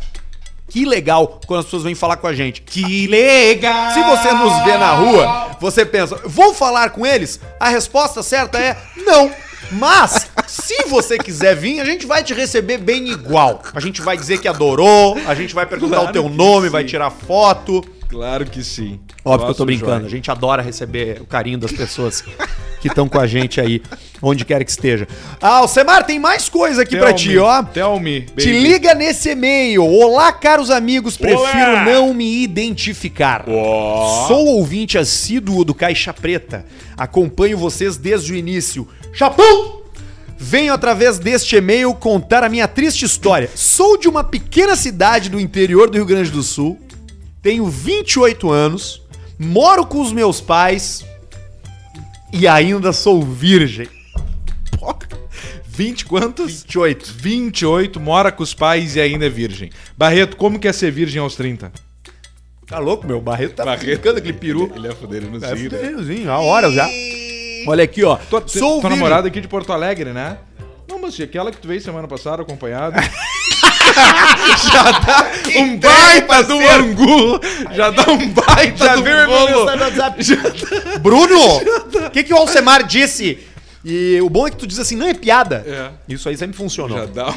Speaker 1: que legal quando as pessoas vêm falar com a gente.
Speaker 4: Que legal!
Speaker 1: Se você nos vê na rua, você pensa, vou falar com eles? A resposta certa é não. Mas, se você quiser vir, a gente vai te receber bem igual. A gente vai dizer que adorou, a gente vai perguntar
Speaker 2: Claro
Speaker 1: o teu
Speaker 2: que
Speaker 1: nome,
Speaker 2: sim.
Speaker 1: vai tirar foto.
Speaker 2: Claro que sim.
Speaker 1: Óbvio que eu
Speaker 2: Nossa,
Speaker 1: tô brincando.
Speaker 2: joia.
Speaker 1: A gente adora receber o carinho das pessoas que estão com a gente aí, onde quer que esteja. Ah, Alcemar, tem mais coisa aqui pra
Speaker 2: Tell
Speaker 1: ti,
Speaker 2: me,
Speaker 1: ó.
Speaker 2: Tell me,
Speaker 1: Te
Speaker 2: baby.
Speaker 1: liga nesse e-mail. Olá, caros amigos, prefiro
Speaker 2: Olá!
Speaker 1: não me identificar.
Speaker 2: Ó.
Speaker 1: Sou ouvinte assíduo do Caixa Preta. Acompanho vocês desde o início. Chapão! Venho através deste e-mail contar a minha triste história. Sou de uma pequena cidade do interior do Rio Grande do Sul. Tenho 28 anos. Moro com os meus pais. E ainda sou virgem.
Speaker 2: 20 quantos?
Speaker 1: 28.
Speaker 2: 28, mora com os pais e ainda é virgem. Barreto, como que é ser virgem aos 30?
Speaker 1: Tá louco, meu? Barreto tá
Speaker 2: Barreto.
Speaker 1: ficando aquele peru.
Speaker 2: Ele é fuder, não
Speaker 1: É
Speaker 2: sei, né?
Speaker 1: fuderzinho, há horas já. Olha aqui, ó.
Speaker 2: Tua, Sou
Speaker 1: Sou
Speaker 2: tua
Speaker 1: virgem.
Speaker 2: namorada aqui de Porto Alegre, né? Não, mas aquela que tu veio semana passada acompanhada. um baita do angu! Já dá um baita
Speaker 1: Já
Speaker 2: do
Speaker 1: viu meu
Speaker 2: bolo!
Speaker 1: mensagem no WhatsApp? Bruno! O que, que o Alcemar disse? E o bom é que tu diz assim, não é piada.
Speaker 2: É.
Speaker 1: Isso aí sempre funcionou.
Speaker 2: Já dá um...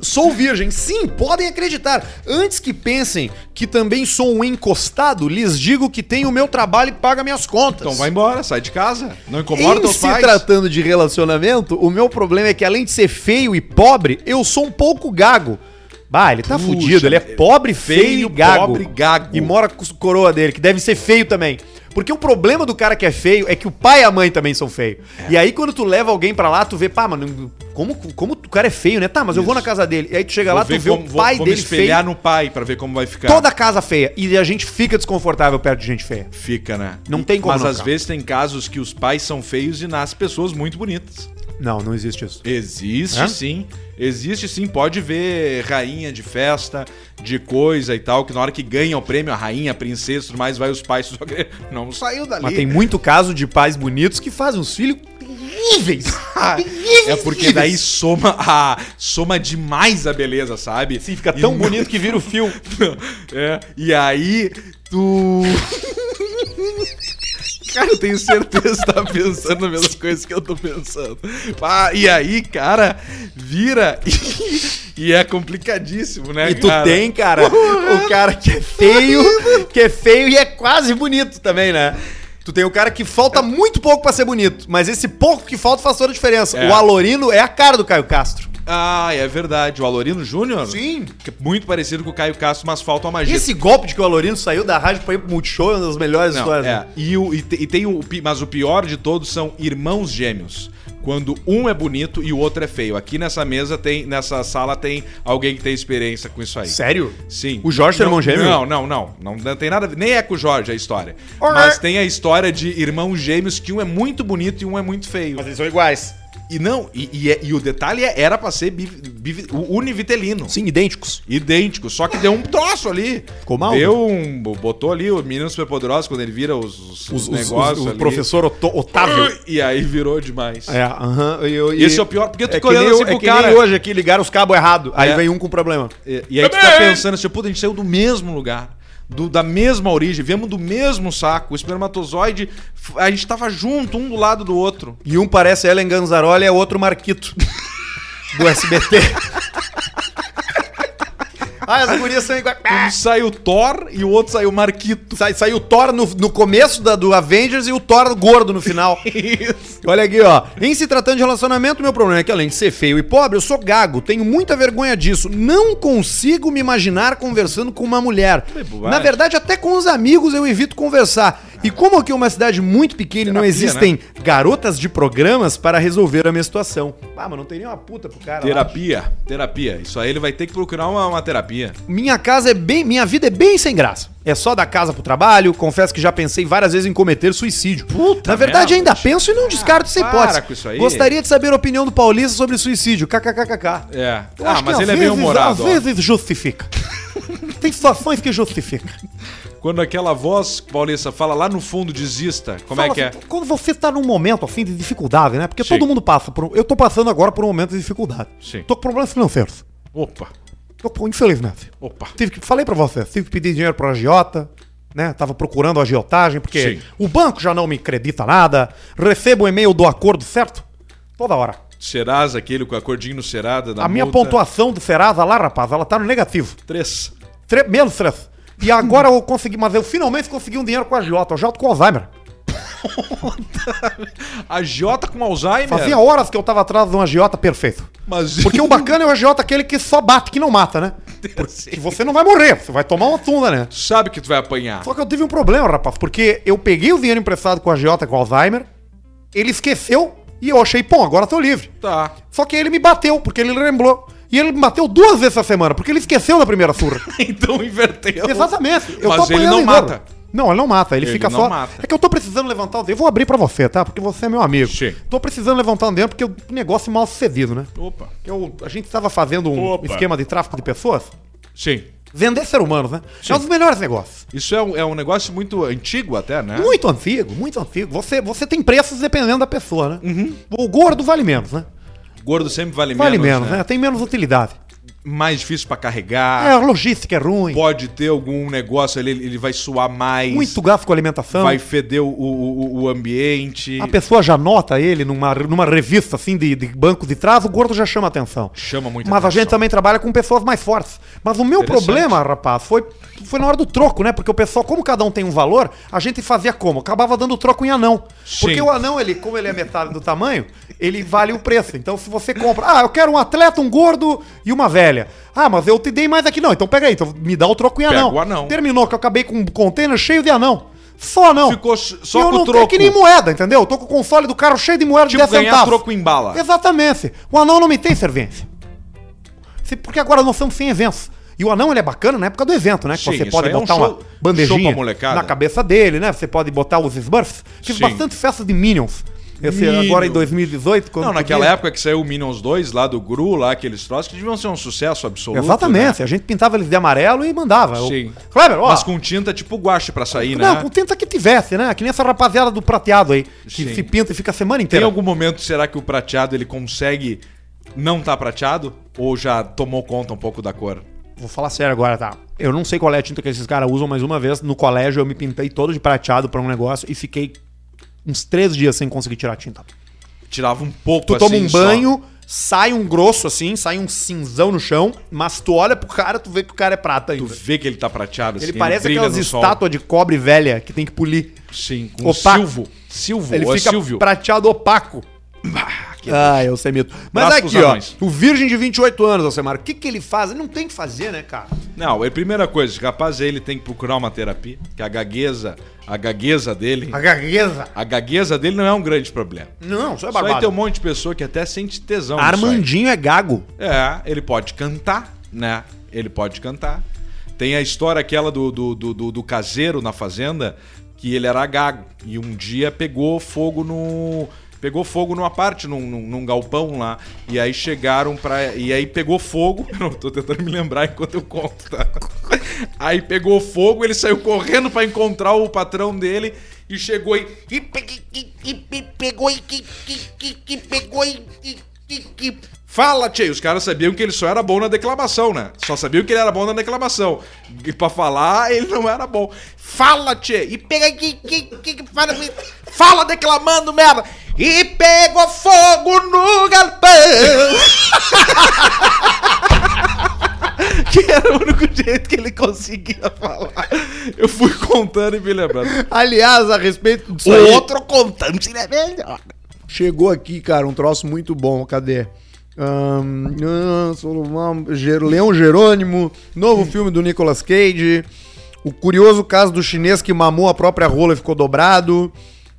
Speaker 1: Sou virgem, sim, podem acreditar. Antes que pensem que também sou um encostado, lhes digo que tenho o meu trabalho e paga minhas contas.
Speaker 2: Então vai embora, sai de casa. Não incomoda
Speaker 1: Em
Speaker 2: teus
Speaker 1: se
Speaker 2: pais.
Speaker 1: tratando de relacionamento, o meu problema é que além de ser feio e pobre, eu sou um pouco gago. Bah, ele tá
Speaker 2: Puxa,
Speaker 1: fudido, ele é pobre, feio,
Speaker 2: feio,
Speaker 1: e gago.
Speaker 2: pobre, gago.
Speaker 1: E mora com o coroa dele, que deve ser feio também. Porque o problema do cara que é feio é que o pai e a mãe também são feios.
Speaker 2: É.
Speaker 1: E aí quando tu leva alguém pra lá, tu vê, pá, mano, como, como o cara é feio, né? Tá, mas eu vou na casa dele. E aí tu chega lá, tu
Speaker 2: ver
Speaker 1: vê
Speaker 2: como-
Speaker 1: o pai
Speaker 2: vou,
Speaker 1: dele
Speaker 2: vou me espelhar
Speaker 1: feio,
Speaker 2: no pai pra ver como vai ficar.
Speaker 1: toda a casa feia. E a gente fica desconfortável perto de gente feia.
Speaker 2: Fica, né?
Speaker 1: Não tem como
Speaker 2: Mas
Speaker 1: não
Speaker 2: às
Speaker 1: ficar.
Speaker 2: vezes tem casos que os pais são feios e nascem pessoas muito bonitas.
Speaker 1: Não, não existe isso.
Speaker 2: Existe
Speaker 1: Hã?
Speaker 2: sim. Existe sim. Pode ver rainha de festa, de coisa e tal, que na hora que ganha o prêmio, a rainha, a princesa e tudo mais, vai os pais só querer. Não saiu dali.
Speaker 1: Mas tem muito caso de pais bonitos que fazem os filhos terríveis.
Speaker 2: É porque daí soma a soma demais a beleza, sabe? Sim, fica
Speaker 1: tão bonito que vira o fio.
Speaker 2: É, e aí tu Cara, eu tenho certeza que tá pensando as mesmas coisas que eu tô pensando. Ah, e aí, cara, vira e, e é complicadíssimo, né?
Speaker 1: E tu
Speaker 2: cara? né?
Speaker 1: tem, cara, o cara que é feio, que é feio e é quase bonito também, né? Tu tem o cara que falta muito pouco pra ser bonito, mas esse pouco que falta faz toda a diferença.
Speaker 2: É.
Speaker 1: O Alorino é a cara do Caio Castro.
Speaker 2: Ah, é verdade. O Alorino Júnior?
Speaker 1: Sim.
Speaker 2: que é Muito parecido com o Caio Castro, mas falta uma magia.
Speaker 1: Esse golpe de que o Alorino saiu da rádio pra ir pro Multishow é uma das melhores
Speaker 2: Não,
Speaker 1: histórias.
Speaker 2: é.
Speaker 1: né?
Speaker 2: E, o, e, te- e tem o. pi- Mas o pior de todos são irmãos gêmeos. Quando um é bonito e o outro é feio. Aqui nessa mesa tem. Nessa sala tem alguém que tem experiência com isso aí.
Speaker 1: Sério?
Speaker 2: Sim.
Speaker 1: O Jorge tem
Speaker 2: Não-
Speaker 1: irmão gêmeo?
Speaker 2: Não, não, não, não. Não tem nada a ver. Nem é com o Jorge a história.
Speaker 1: Olá.
Speaker 2: Mas tem a história de irmãos gêmeos que um é muito bonito e um é muito feio.
Speaker 1: eles são iguais.
Speaker 2: E não, e, e é- e o detalhe é, era pra ser bi, bi- o univitelino.
Speaker 1: Sim, idênticos.
Speaker 2: Idêntico, só que deu um troço ali.
Speaker 1: Ficou mal, né?
Speaker 2: Deu um. Botou ali o menino superpoderoso quando ele vira os, os,
Speaker 1: Os, os,
Speaker 2: negócios.
Speaker 1: os- o
Speaker 2: ali.
Speaker 1: professor Otto- Otávio.
Speaker 2: E aí virou demais.
Speaker 1: É, aham. e eu- e-
Speaker 2: Esse é o pior, porque tu
Speaker 1: É
Speaker 2: fica
Speaker 1: que, nem,
Speaker 2: olhando assim
Speaker 1: é
Speaker 2: pro
Speaker 1: que
Speaker 2: cara.
Speaker 1: nem hoje aqui, ligaram os cabos errado. Aí
Speaker 2: É.
Speaker 1: vem um com problema.
Speaker 2: E, e aí tu tá pensando assim, puta, a gente saiu do mesmo lugar. do- da mesma origem, viemos do mesmo saco. O espermatozoide, f- a gente tava junto, um do lado do outro.
Speaker 1: E um parece Ellen Ganzaroli, é outro Marquito. do SBT. ah, as gurias são iguais.
Speaker 2: Um saiu Thor e o outro saiu Marquito.
Speaker 1: Sai, saiu o Thor no, no começo da, do Avengers e o Thor gordo no final. Olha aqui, ó. Em se tratando de relacionamento, meu problema é que além de ser feio e pobre, eu sou gago. Tenho muita vergonha disso. Não consigo me imaginar conversando com uma mulher.
Speaker 2: bobagem.
Speaker 1: Na verdade, até com os amigos eu evito conversar. E como aqui é uma cidade muito pequena e não existem garotas de programas para resolver a menstruação. Ah, mas não tem nenhuma puta pro cara. lá.
Speaker 2: Terapia, terapia. Isso aí ele vai ter que procurar uma, uma terapia.
Speaker 1: Minha casa é bem. Minha vida é bem sem graça. É só da casa pro trabalho. Confesso que já pensei várias vezes em cometer suicídio. Puta Na verdade,
Speaker 2: merda, Ah,
Speaker 1: ainda penso e não descarto essa
Speaker 2: para
Speaker 1: hipótese.
Speaker 2: com isso aí.
Speaker 1: Gostaria de saber a opinião do Paulista sobre suicídio. KKKKK.
Speaker 2: É.
Speaker 1: Eu
Speaker 2: ah,
Speaker 1: acho que
Speaker 2: mas
Speaker 1: às
Speaker 2: ele é
Speaker 1: vezes-
Speaker 2: bem humorado. ó.
Speaker 1: Às vezes justifica. Tem situações que justificam.
Speaker 2: Quando aquela voz, Paulista, fala lá no fundo, desista. Como é
Speaker 1: Fala
Speaker 2: que é?
Speaker 1: assim, Quando você tá num momento assim de dificuldade, né? Porque
Speaker 2: Sim.
Speaker 1: todo mundo passa por. um- Eu tô passando agora por um momento de dificuldade.
Speaker 2: Sim.
Speaker 1: Tô com problemas financeiros.
Speaker 2: Opa,
Speaker 1: Tô com- infelizmente.
Speaker 2: opa.
Speaker 1: Tive que, falei pra você, tive que pedir dinheiro pro agiota, né? Tava procurando agiotagem, porque
Speaker 2: Sim.
Speaker 1: o banco já não me acredita nada. Recebo o e-mail do acordo, certo? Toda hora.
Speaker 2: Serasa, aquele com a cordinho no Serada. Da
Speaker 1: a minha
Speaker 2: multa.
Speaker 1: pontuação do Serasa lá, rapaz, ela tá no negativo.
Speaker 2: Três.
Speaker 1: Tre menos três. E agora eu consegui, mas eu finalmente consegui um dinheiro com a agiota, agiota com Alzheimer.
Speaker 2: A Jota com Alzheimer.
Speaker 1: Fazia horas que eu tava atrás de um agiota perfeito.
Speaker 2: Mas...
Speaker 1: Porque o bacana é o agiota aquele que só bate, que não mata, né? Que você não vai morrer, você vai tomar uma tunda, né?
Speaker 2: Sabe que tu vai apanhar.
Speaker 1: Só que eu tive um problema, rapaz, porque eu peguei o dinheiro emprestado com a agiota com Alzheimer, ele esqueceu e eu achei, pô, agora tô livre.
Speaker 2: Tá.
Speaker 1: Só que ele me bateu, porque ele lembrou. E ele me bateu duas vezes essa semana, porque ele esqueceu da primeira surra.
Speaker 2: Então inverteu.
Speaker 1: Exatamente.
Speaker 2: Mas ele não
Speaker 1: em
Speaker 2: mata.
Speaker 1: dobro. Não, ele não mata, ele,
Speaker 2: Ele
Speaker 1: fica
Speaker 2: não
Speaker 1: só.
Speaker 2: mata.
Speaker 1: É que eu tô precisando levantar o dedo. Eu vou abrir pra você, tá? Porque você é meu amigo.
Speaker 2: Sim.
Speaker 1: Tô precisando levantar um dedo porque o negócio é mal sucedido, né?
Speaker 2: Opa.
Speaker 1: Eu, a gente tava fazendo um
Speaker 2: Opa.
Speaker 1: esquema de tráfico de pessoas.
Speaker 2: Sim.
Speaker 1: Vender ser humanos, né? É um dos melhores negócios.
Speaker 2: Isso é um, é um negócio muito antigo até, né?
Speaker 1: Muito antigo, muito antigo. Você, você tem preços dependendo da pessoa, né? O gordo vale menos, né?
Speaker 2: Gordo sempre vale,
Speaker 1: Vale menos,
Speaker 2: menos
Speaker 1: né? Tem menos utilidade.
Speaker 2: Mais difícil pra
Speaker 1: É,
Speaker 2: carregar.
Speaker 1: a logística é ruim.
Speaker 2: Pode ter algum negócio ali, ele vai suar mais.
Speaker 1: Muito gasto com alimentação.
Speaker 2: Vai feder o, o, o- o ambiente.
Speaker 1: A pessoa já nota ele numa, numa revista assim de, de banco de trás, o gordo já chama atenção.
Speaker 2: Chama muita
Speaker 1: Mas a
Speaker 2: atenção.
Speaker 1: gente também trabalha com pessoas mais fortes. Mas o meu
Speaker 2: Interessante.
Speaker 1: problema, rapaz, foi, foi na hora do troco, né? Porque o pessoal, como cada um tem um valor, a gente fazia como? Acabava dando troco em anão. Porque
Speaker 2: Sim.
Speaker 1: o anão, ele, como ele é metade do tamanho, ele vale o preço. Então se você compra, ah, eu quero um atleta, um gordo e uma velha. Ah, mas eu te dei mais aqui não. Então pega aí, então me dá o troco em
Speaker 2: Pega
Speaker 1: anão.
Speaker 2: o anão.
Speaker 1: Terminou que eu acabei com um container cheio de anão. Só não.
Speaker 2: Ficou s- só
Speaker 1: E eu
Speaker 2: com o
Speaker 1: não tenho
Speaker 2: troco.
Speaker 1: que nem moeda, entendeu? Eu tô com o console do carro cheio de moeda de
Speaker 2: Tipo,
Speaker 1: 10
Speaker 2: ganhar
Speaker 1: centavos.
Speaker 2: troco em bala.
Speaker 1: Exatamente. O anão não me tem servência. Se- Porque agora nós estamos sem eventos. E o anão ele é bacana na época do evento, né? Que
Speaker 2: Sim,
Speaker 1: você
Speaker 2: isso
Speaker 1: pode
Speaker 2: aí é um
Speaker 1: botar uma
Speaker 2: show- show
Speaker 1: bandejinha
Speaker 2: pra molecada.
Speaker 1: na cabeça dele, né? Você pode botar os Smurfs. Fiz
Speaker 2: Sim.
Speaker 1: bastante festa de Minions. Esse
Speaker 2: Minions.
Speaker 1: agora em 2018. Quando
Speaker 2: Não, naquela
Speaker 1: podia.
Speaker 2: época que saiu o Minions 2 lá do Gru, lá aqueles troços que deviam ser um sucesso absoluto.
Speaker 1: Exatamente.
Speaker 2: né?
Speaker 1: A gente pintava eles de amarelo e mandava. Eu-
Speaker 2: Sim.
Speaker 1: Kleber, ó.
Speaker 2: Mas com tinta tipo guache pra sair,
Speaker 1: Não,
Speaker 2: né?
Speaker 1: com tenta que tivesse, né? Que nem essa rapaziada do prateado aí, que
Speaker 2: Sim.
Speaker 1: se pinta e fica a semana
Speaker 2: Tem
Speaker 1: inteira.
Speaker 2: algum momento, será que o prateado ele consegue não tá prateado? Ou já tomou conta um pouco da cor?
Speaker 1: Vou falar sério agora, tá? Eu não sei qual é a tinta que esses caras usam, mas uma vez no colégio eu me pintei todo de prateado pra um negócio e fiquei uns três dias sem conseguir tirar a tinta.
Speaker 2: Tirava um pouco
Speaker 1: Tu toma um
Speaker 2: só.
Speaker 1: banho, sai um grosso assim, sai um cinzão no chão, mas tu olha pro cara, tu vê que o cara é prata
Speaker 2: Tu
Speaker 1: ainda.
Speaker 2: vê que ele tá prateado.
Speaker 1: Ele
Speaker 2: assim,
Speaker 1: parece
Speaker 2: brilha
Speaker 1: aquelas
Speaker 2: no sol.
Speaker 1: estátuas de cobre velha que tem que polir.
Speaker 2: Sim, com
Speaker 1: Opaco.
Speaker 2: silvo. Silvo,
Speaker 1: Ele
Speaker 2: ou é
Speaker 1: fica
Speaker 2: Silvio.
Speaker 1: prateado opaco. Ah, eu sei mito. Mas
Speaker 2: Abraço
Speaker 1: aqui,
Speaker 2: pros
Speaker 1: ó,
Speaker 2: anões.
Speaker 1: o virgem de 28 anos, Alcemar, o que que ele faz? Ele não tem que fazer, né, cara?
Speaker 2: Não, é a primeira coisa, rapaz, ele tem que procurar uma terapia, que a gagueza, a gagueza dele,
Speaker 1: A gagueza.
Speaker 2: a gagueza dele não é um grande problema.
Speaker 1: Não, só é
Speaker 2: Só aí tem um
Speaker 1: barbado.
Speaker 2: monte de pessoa que até sente tesão. nisso aí.
Speaker 1: Armandinho é gago.
Speaker 2: É, ele pode cantar, né? Ele pode cantar. Tem a história aquela do, do, do, do- do caseiro na fazenda, que ele era gago. E um dia pegou fogo no. Pegou fogo numa parte, num, num- num galpão lá. E aí chegaram pra. E aí pegou fogo. Eu não tô tentando me lembrar enquanto eu conto, tá? Aí pegou fogo, ele saiu correndo pra encontrar o patrão dele e chegou e.
Speaker 7: E, pe- e- e- e pegou e que, que- que- que pegou e que, que- que
Speaker 2: Fala, tchê. Os caras sabiam que ele só era bom na declamação, né? Só sabiam que ele era bom na declamação. E pra falar, ele não era bom. Fala, tchê. E pega aqui, que, que, que fala, fala declamando, merda. E pegou fogo no galpão. que era o único jeito que ele conseguia falar. Eu fui contando e me lembrando.
Speaker 1: Aliás, a respeito disso aí,
Speaker 7: outro contando se é melhor.
Speaker 1: chegou aqui, cara, um troço muito bom. Cadê? Ahn, um ah, Solomão, Ger- Leão Jerônimo, novo filme do Nicolas Cage. O curioso caso do chinês que mamou a própria rola e ficou dobrado.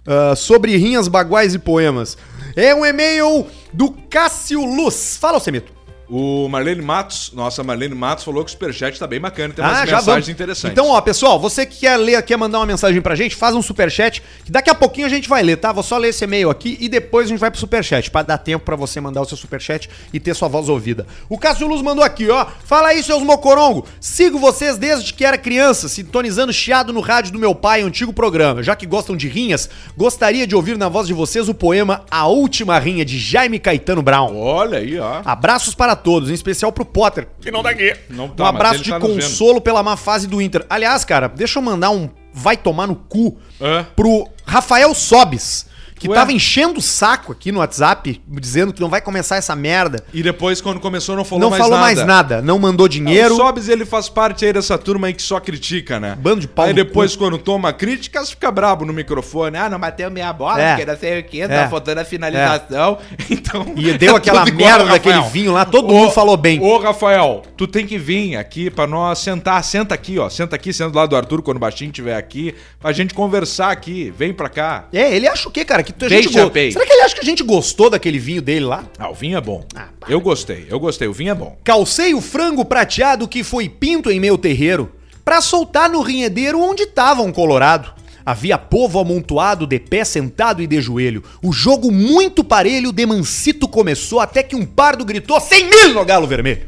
Speaker 1: Ah, sobre rinhas, baguais e poemas. É um e-mail do Cássio Luz. Fala, Semito.
Speaker 2: O Marlene Matos, nossa, Marlene Matos falou que o superchat tá bem bacana, tem umas
Speaker 1: Ah, já
Speaker 2: mensagens
Speaker 1: vamos.
Speaker 2: interessantes.
Speaker 1: Então, ó, pessoal, você que quer ler, quer mandar uma mensagem pra gente, faz um superchat, que daqui a pouquinho a gente vai ler, tá? Vou só ler esse e-mail aqui e depois a gente vai pro superchat, pra dar tempo pra você mandar o seu superchat e ter sua voz ouvida. O Cássio Luz mandou aqui, ó. Fala aí, seus mocorongo. Sigo vocês desde que era criança, sintonizando chiado no rádio do meu pai, antigo programa. Já que gostam de rinhas, gostaria de ouvir na voz de vocês o poema A Última Rinha, de Jaime Caetano Brown.
Speaker 2: Olha aí, ó.
Speaker 1: Abraços para todos, em especial pro Potter,
Speaker 2: Que não daqui. Não
Speaker 1: um
Speaker 2: tá, mas
Speaker 1: abraço
Speaker 2: ele
Speaker 1: de
Speaker 2: tá nos vendo.
Speaker 1: consolo pela má fase do Inter. Aliás, cara, deixa eu mandar um vai tomar no cu
Speaker 2: Hã?
Speaker 1: pro Rafael Sobis, que
Speaker 2: É? Ué?
Speaker 1: tava enchendo o saco aqui no WhatsApp, dizendo que não vai começar essa merda.
Speaker 2: E depois, quando começou, não falou
Speaker 1: não
Speaker 2: mais
Speaker 1: falou
Speaker 2: nada.
Speaker 1: mais nada, não mandou dinheiro.
Speaker 2: O Sobs, ele faz parte aí dessa turma aí que só critica, né?
Speaker 1: Bando de pau
Speaker 2: Aí
Speaker 1: no
Speaker 2: depois, quando toma críticas, fica brabo no microfone. Ah, não bateu meia bola,
Speaker 1: É.
Speaker 2: porque não sei o quê,
Speaker 1: É.
Speaker 2: tá faltando a finalização. Então...
Speaker 1: E deu
Speaker 2: é
Speaker 1: aquela
Speaker 2: tudo igual,
Speaker 1: merda
Speaker 2: Rafael.
Speaker 1: daquele vinho lá, todo mundo falou bem.
Speaker 2: Ô, Rafael, tu tem que vir aqui pra nós sentar. Senta aqui, ó. Senta aqui, senta do lado do Arthur quando o baixinho estiver aqui, pra gente conversar aqui. Vem pra cá.
Speaker 1: É, ele acha o quê, cara? Que tu- a
Speaker 2: Beijo,
Speaker 1: gente go-
Speaker 2: beijo.
Speaker 1: Será que ele acha que a gente gostou daquele vinho dele lá?
Speaker 2: Ah, o vinho é bom. eu gostei, eu gostei. O vinho é bom.
Speaker 1: Calcei o frango prateado que foi pinto em meu terreiro, pra soltar no rinhedeiro onde tava um colorado. Havia povo amontoado de pé, sentado e de joelho. O jogo muito parelho de mancito começou até que um pardo gritou 100 mil no galo vermelho.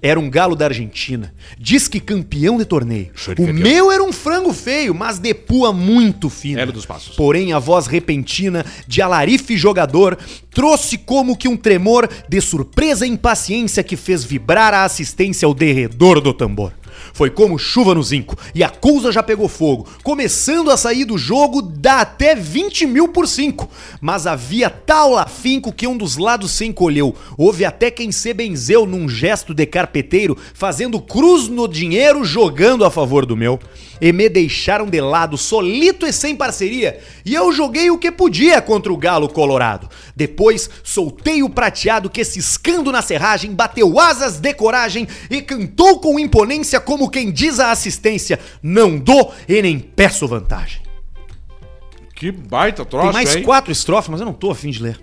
Speaker 1: Era um galo da Argentina, diz que campeão de torneio. O meu era um frango feio, mas de pua muito fina.
Speaker 2: Era dos passos.
Speaker 1: Porém, a voz repentina de alarife jogador trouxe como que um tremor de surpresa e impaciência que fez vibrar a assistência ao derredor do tambor. Foi como chuva no zinco e a coisa já pegou fogo. Começando a sair do jogo, dá até 20 mil por 5. Mas havia tal afinco que um dos lados se encolheu. Houve até quem se benzeu num um gesto de carpeteiro, fazendo cruz no dinheiro, jogando a favor do meu. E me deixaram de lado, solito e sem parceria. E eu joguei o que podia contra o Galo Colorado. Depois, soltei o prateado que, ciscando na serragem, bateu asas de coragem e cantou com imponência, como quem diz à assistência: Não dou e nem peço vantagem.
Speaker 2: Que baita troço,
Speaker 1: Tem mais
Speaker 2: hein?
Speaker 1: quatro estrofes, mas eu não tô afim de ler.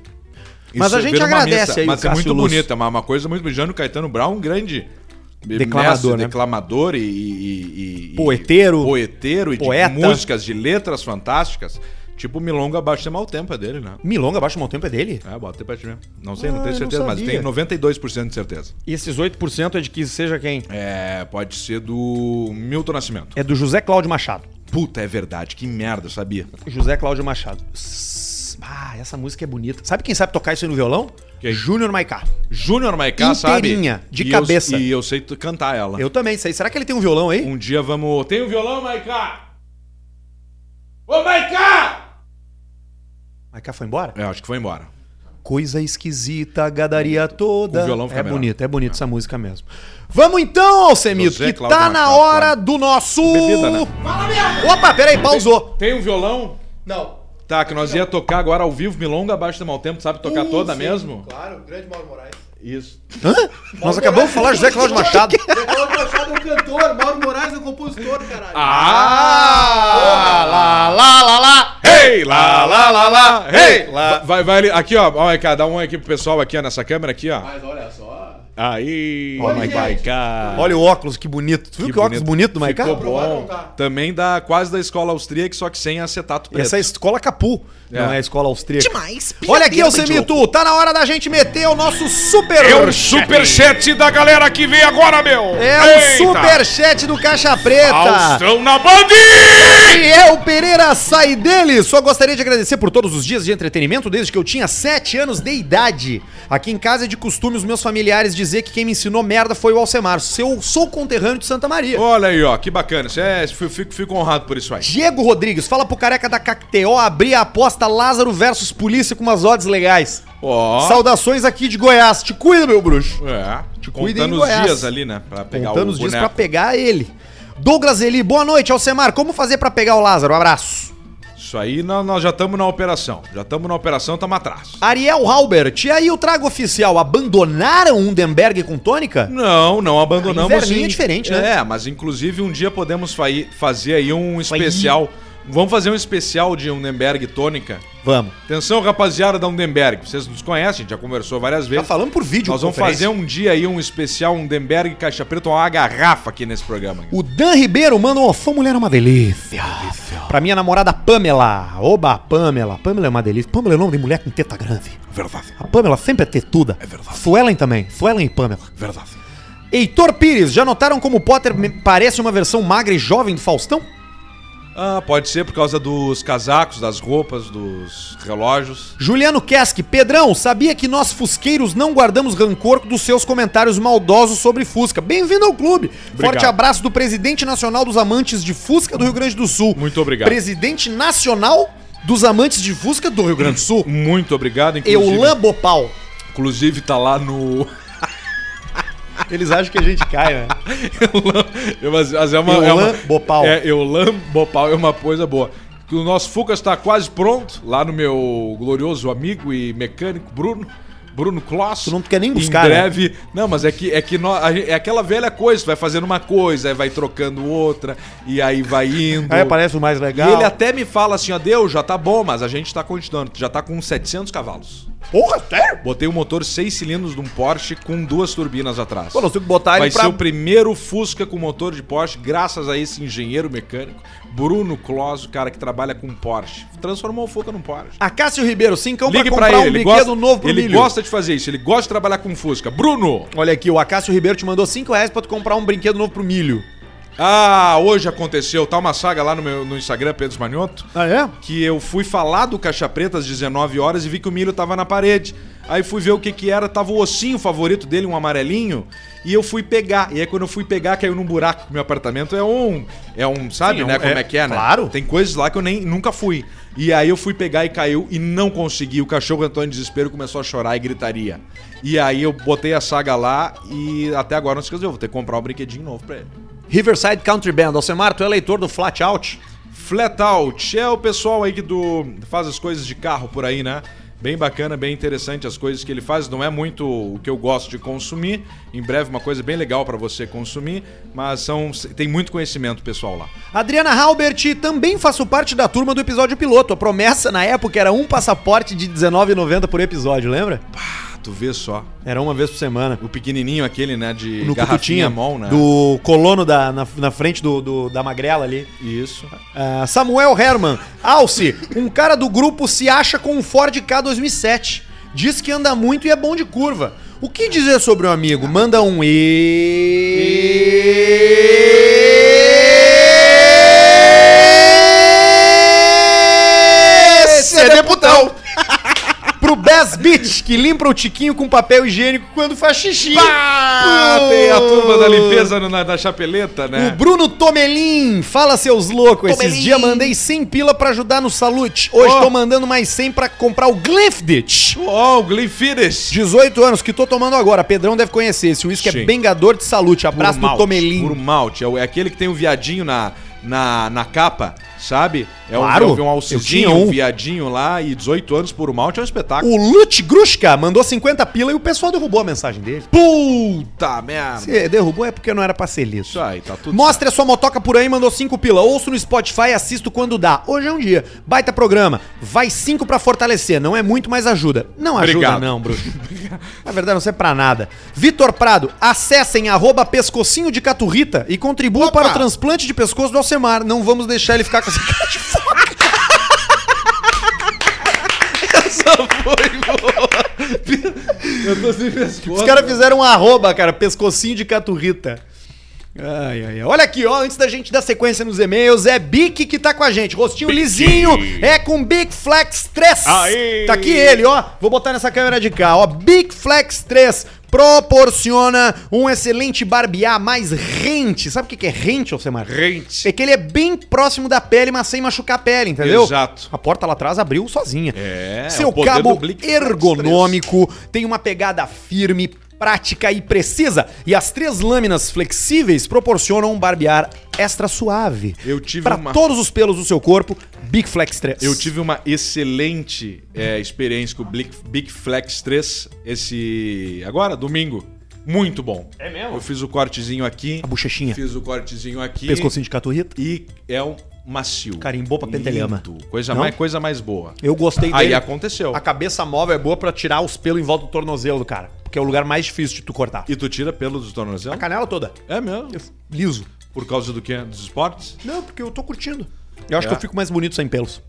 Speaker 1: Mas
Speaker 2: Isso
Speaker 1: a gente
Speaker 2: vira uma
Speaker 1: agradece aí o
Speaker 2: Mas é
Speaker 1: Cássio
Speaker 2: muito
Speaker 1: Luz.
Speaker 2: bonita, uma, uma coisa muito bijando. Caetano Brown, um grande
Speaker 1: Declamador, né?
Speaker 2: declamador e, e- e- e-
Speaker 1: Poeteiro.
Speaker 2: poeteiro e
Speaker 1: Poeta.
Speaker 2: de músicas, de letras fantásticas. Tipo Milonga abaixo de mau tempo é dele, né?
Speaker 1: Milonga abaixo do meu tempo é dele?
Speaker 2: É, bota pra ti mesmo. Não sei,
Speaker 1: Ah,
Speaker 2: não tenho
Speaker 1: eu
Speaker 2: certeza,
Speaker 1: não
Speaker 2: mas
Speaker 1: sabia.
Speaker 2: tem 92% de certeza.
Speaker 1: E esses 8% é de que seja quem?
Speaker 2: É, pode ser do Milton Nascimento.
Speaker 1: É do José Cláudio Machado.
Speaker 2: Puta, é verdade, que merda, sabia?
Speaker 1: José Cláudio Machado. S- Ah, essa música é bonita. Sabe quem sabe tocar isso aí no violão?
Speaker 2: Quem?
Speaker 1: Júnior Maiká.
Speaker 2: Júnior Maiká, sabe?
Speaker 1: Inteirinha, de
Speaker 2: E eu-
Speaker 1: cabeça.
Speaker 2: e eu sei tu cantar ela.
Speaker 1: Eu também sei. Será que ele tem Ah. um violão aí?
Speaker 2: Um dia vamos. Tem o violão, Maiká? Ô, Maiká!
Speaker 1: Maiká foi embora?
Speaker 2: É, acho que foi embora.
Speaker 1: Coisa esquisita, a gadaria toda.
Speaker 2: O violão fica
Speaker 1: é
Speaker 2: melhor.
Speaker 1: bonito, é bonito essa música mesmo. Vamos então, Alcemito,
Speaker 2: José
Speaker 1: que
Speaker 2: Cláudio
Speaker 1: tá na
Speaker 2: Machado,
Speaker 1: hora
Speaker 2: claro.
Speaker 1: do nosso.
Speaker 2: Bebida, né?
Speaker 1: Opa, peraí, pausou.
Speaker 2: Tem um violão? Não. Tá, que nós ia tocar agora ao vivo, Milonga abaixo do mau tempo, sabe tocar toda mesmo?
Speaker 6: Claro, grande Mauro Moraes.
Speaker 2: Isso.
Speaker 1: Nós acabamos de falar José Cláudio Machado.
Speaker 6: Mauro Machado é um cantor, Mauro Moraes é um compositor, caralho.
Speaker 2: Ah!
Speaker 1: lá, lá, lá, lá.
Speaker 2: Ei! Lá, lá, lá, lá! Ei!
Speaker 1: lá.
Speaker 2: Vai, vai ali. Aqui, ó. Ó, Maiká, dá um aqui pro pessoal aqui, ó, nessa câmera aqui, ó.
Speaker 6: Mas olha só.
Speaker 2: Aí!
Speaker 6: Olha, gente.
Speaker 2: Maiká!
Speaker 1: Olha o óculos, que bonito. Tu viu que, óculos bonito do Maiká?
Speaker 2: Ficou
Speaker 6: Provar
Speaker 2: bom.
Speaker 6: não tá.
Speaker 2: Também da quase da escola austríaca, só que sem acetato preto.
Speaker 1: Essa é a escola Capu,
Speaker 2: É.
Speaker 1: não é a escola austríaca.
Speaker 7: Demais,
Speaker 1: Olha aqui,
Speaker 7: piadeiro,
Speaker 1: Alcemito, tá na hora da gente meter o nosso super...
Speaker 2: É o superchat da galera que vem agora, meu!
Speaker 1: É o superchat do Caixa Preta.
Speaker 2: Faustão na Band!
Speaker 1: Gabriel Pereira, sai dele! Só gostaria de agradecer por todos os dias de entretenimento desde que eu tinha 7 anos de idade. Aqui em casa é de costume os meus familiares dizer que quem me ensinou merda foi o Alcemar. Seu, sou conterrâneo de Santa Maria.
Speaker 2: Olha aí, ó, que bacana. Isso é, fico, fico- fico honrado por isso aí.
Speaker 1: Diego Rodrigues, fala pro careca da Cacteó abrir a aposta Lázaro versus polícia com umas odds legais.
Speaker 2: Ó.
Speaker 1: Saudações aqui de Goiás. Te cuida, meu bruxo.
Speaker 2: É, te
Speaker 1: cuida em
Speaker 2: contando os
Speaker 1: Goiás.
Speaker 2: dias ali, né? Pra pegar
Speaker 1: Contando
Speaker 2: o
Speaker 1: os dias
Speaker 2: boneco.
Speaker 1: pra pegar ele. Douglas Eli, boa noite, Alcemar. Como fazer pra pegar o Lázaro? Abraço.
Speaker 2: Isso aí nó- nós já estamos na operação. Já estamos na operação, estamos atrás.
Speaker 1: Ariel Halbert, e aí o trago oficial? Abandonaram Undenberg com tônica?
Speaker 2: Não, não abandonamos.
Speaker 1: Ah, inverninho
Speaker 2: sim.
Speaker 1: é diferente, né?
Speaker 2: É, mas inclusive um dia podemos fai- fazer aí um especial. Vamos fazer um especial de Undenberg tônica.
Speaker 1: Vamos.
Speaker 2: Atenção, rapaziada da Undenberg. Vocês nos conhecem, a gente já conversou várias
Speaker 1: Já
Speaker 2: vezes.
Speaker 1: falando por vídeo.
Speaker 2: Nós vamos fazer um dia aí um especial Undenberg Caixa Preta, uma garrafa aqui nesse programa.
Speaker 1: O Dan Ribeiro manda um fã mulher é uma delícia. Pra minha namorada Pamela. Oba, Pamela. Pamela é uma delícia. Pamela é o nome de mulher com teta grande.
Speaker 2: Verdade,
Speaker 1: A Pamela sempre é tetuda. É
Speaker 2: verdade.
Speaker 1: Suelen também. Suelen e Pamela.
Speaker 2: verdade.
Speaker 1: Heitor Pires, já notaram como o Potter me parece uma versão magra e jovem do Faustão?
Speaker 2: Ah, pode ser por causa dos casacos, das roupas, dos relógios.
Speaker 1: Juliano Keski, Pedrão, sabia que nós fusqueiros não guardamos rancor dos seus comentários maldosos sobre Fusca. Bem-vindo ao clube. Forte abraço do presidente nacional dos amantes de Fusca do Rio Grande do Sul.
Speaker 2: Muito obrigado.
Speaker 1: Presidente nacional dos amantes de Fusca do Rio Grande do Sul.
Speaker 2: Muito obrigado,
Speaker 1: Eulan Bopal.
Speaker 2: inclusive tá lá no
Speaker 1: Eles acham que a gente cai, né?
Speaker 2: Eulan- Eu- mas- mas é uma,
Speaker 1: Eulan
Speaker 2: é uma-
Speaker 1: Bopal.
Speaker 2: É, Eulan Bopal é uma coisa boa. Que O nosso Fucas está quase pronto, lá no meu glorioso amigo e mecânico Bruno. Bruno Kloss.
Speaker 1: Tu não quer nem buscar,
Speaker 2: Em
Speaker 1: né?
Speaker 2: breve. Não, mas é que, é que nó- a gente- é aquela velha coisa. Tu vai fazendo uma coisa, aí vai trocando outra, e aí vai indo.
Speaker 1: É, o mais
Speaker 2: e ele até me fala assim: ó, Deus, já tá bom, mas a gente tá continuando. Tu já tá com 700 cavalos.
Speaker 1: Porra, sério?
Speaker 2: Botei um motor 6 cilindros de um Porsche com duas turbinas atrás.
Speaker 1: Pô, nós temos que botar
Speaker 2: Vai
Speaker 1: ele Tá
Speaker 2: ser
Speaker 1: pra...
Speaker 2: o primeiro Fusca com motor de Porsche, graças a esse engenheiro mecânico, Bruno Clos, o cara que trabalha com Porsche. Transformou o Fusca num Porsche.
Speaker 1: Acácio Ribeiro, cincão
Speaker 2: Ligue
Speaker 1: pra
Speaker 2: pra
Speaker 1: Ah, comprar
Speaker 2: ele,
Speaker 1: um
Speaker 2: ele,
Speaker 1: brinquedo
Speaker 2: gosta,
Speaker 1: novo pro
Speaker 2: ele
Speaker 1: milho.
Speaker 2: gosta de fazer isso, ele gosta de trabalhar com Fusca. Bruno!
Speaker 1: Olha aqui, o Acácio Ribeiro te mandou 5 reais pra tu comprar um brinquedo novo pro milho.
Speaker 2: Ah, hoje aconteceu, tá uma saga lá no meu no Instagram, Pedro Manioto,
Speaker 1: Ah, é?
Speaker 2: que eu fui falar do Caixa Preta às 19 horas e vi que o milho tava na parede. Aí fui ver o que que era, tava o ossinho favorito dele, um amarelinho, e eu fui pegar. E aí quando eu fui pegar, caiu num buraco, porque meu apartamento é um, é um, sabe, né, como é que é, né?
Speaker 1: claro.
Speaker 2: Tem coisas lá que eu nem nunca fui. E aí eu fui pegar e caiu e não consegui. O cachorro entrou em desespero, começou a chorar e gritaria. E aí eu botei a saga lá e até agora não se esqueceu, vou ter que comprar um brinquedinho novo pra ele.
Speaker 1: Riverside Country Band. Alcemar, tu é leitor do Flat Out?
Speaker 2: Flat Out é o pessoal aí que do, faz as coisas de carro por aí, né? Bem bacana, bem interessante as coisas que ele faz. Não é muito o que eu gosto de consumir. Em breve, uma coisa bem legal pra você consumir. Mas são, tem muito conhecimento pessoal lá.
Speaker 1: Adriana Halbert, também faço parte da turma do episódio piloto. A promessa na época era um passaporte de R$19,90 por episódio, lembra?
Speaker 2: Ah, tu vê só.
Speaker 1: Era uma vez por semana.
Speaker 2: O pequenininho aquele, né? De
Speaker 1: No
Speaker 2: garrafinha
Speaker 1: Cucutinha,
Speaker 2: mol, né?
Speaker 1: do colono da, na, na frente do, do- da magrela ali.
Speaker 2: Isso.
Speaker 1: Ah, Samuel Herman, Alce, um cara do grupo se acha com um Ford K 2007. Diz que anda muito e é bom de curva. O que dizer sobre o amigo? Manda um e. Esse é deputão! Pro Best Beat, que limpa o tiquinho com papel higiênico quando faz xixi.
Speaker 2: Ah, tem a turma da limpeza na, da chapeleta,
Speaker 1: Uh. O
Speaker 2: né?
Speaker 1: Bruno Tomelin, fala seus loucos. Esses
Speaker 7: Tomelin.
Speaker 1: dias mandei 100 pila pra ajudar no salute. Hoje
Speaker 2: Ó.
Speaker 1: tô mandando mais 100 pra comprar o Glyphdit.
Speaker 2: Ó, o Glen Fitness.
Speaker 1: 18 anos, que tô tomando agora. Pedrão deve conhecer. Esse uísque é
Speaker 2: Sim.
Speaker 1: bengador de salute. Abraço do Tomelin.
Speaker 2: Puro malte. É, o- é aquele que tem o viadinho na, na, na capa, sabe? É um-
Speaker 1: Claro,
Speaker 2: é um, alcizinho,
Speaker 1: eu tinha
Speaker 2: um.
Speaker 1: um.
Speaker 2: viadinho lá e 18 anos puro malte é um espetáculo.
Speaker 1: O Lute Grushka mandou 50 pila e o pessoal derrubou a mensagem dele.
Speaker 2: Puta merda.
Speaker 1: Se derrubou é porque não era pra ser liso.
Speaker 2: Isso aí, tá tudo
Speaker 1: Mostre a sua motoca por aí, mandou 5 pila. Ouço no Spotify e assisto quando dá. Hoje é um dia. Baita programa. Vai 5 pra fortalecer. Não é muito, mas ajuda. Não ajuda,
Speaker 2: Obrigado.
Speaker 1: não, bruxo. Na verdade, não serve pra nada. Vitor Prado, acessem arroba pescocinho de caturrita e contribuam para o transplante de pescoço do Alcemar. Não vamos deixar ele ficar com essa cara de foca. Os caras fizeram um arroba, cara, pescocinho de caturrita. Ai, ai, ai. Olha aqui, ó, antes da gente dar sequência nos e-mails, é Bic que tá com a gente. Rostinho lisinho, é com Big Flex 3. Tá aqui ele, ó. Vou botar nessa câmera de cá, ó. Big Flex 3 proporciona um excelente barbear mais rente. Sabe o que que é rente, Alcemar?
Speaker 2: Rente.
Speaker 1: É que ele é bem próximo da pele, mas sem machucar a pele, entendeu?
Speaker 2: Exato.
Speaker 1: A porta lá atrás abriu sozinha.
Speaker 2: É,
Speaker 1: Seu
Speaker 2: o poder do
Speaker 1: cabo
Speaker 2: Blink Flex
Speaker 1: ergonômico, tem uma pegada firme, prática e precisa. E as três lâminas flexíveis proporcionam um barbear extra suave.
Speaker 2: Eu tive
Speaker 1: Para
Speaker 2: uma-
Speaker 1: todos os pelos do seu corpo, Big Flex 3.
Speaker 2: Eu tive uma excelente é, experiência com o Big, Big Flex 3 esse. agora, domingo. Muito bom. É mesmo? Eu fiz o cortezinho aqui.
Speaker 1: a bochechinha.
Speaker 2: Fiz o cortezinho aqui.
Speaker 1: Pescocinho de caturrita.
Speaker 2: E é um macio.
Speaker 1: Carimbou pra pentelhama.
Speaker 2: Lindo. Coisa
Speaker 1: Não?
Speaker 2: mais, coisa mais boa.
Speaker 1: Eu gostei dele.
Speaker 2: Aí aconteceu.
Speaker 1: A cabeça móvel é boa pra tirar os pelos em volta do tornozelo, cara. Porque é o lugar mais difícil de tu cortar.
Speaker 2: E tu tira pelo dos tornozelos?
Speaker 1: A canela toda.
Speaker 2: É mesmo?
Speaker 1: Liso.
Speaker 2: Por causa do quê? Dos esportes?
Speaker 1: Não, porque eu tô curtindo. Eu acho
Speaker 2: É.
Speaker 1: que eu fico mais bonito sem pelos.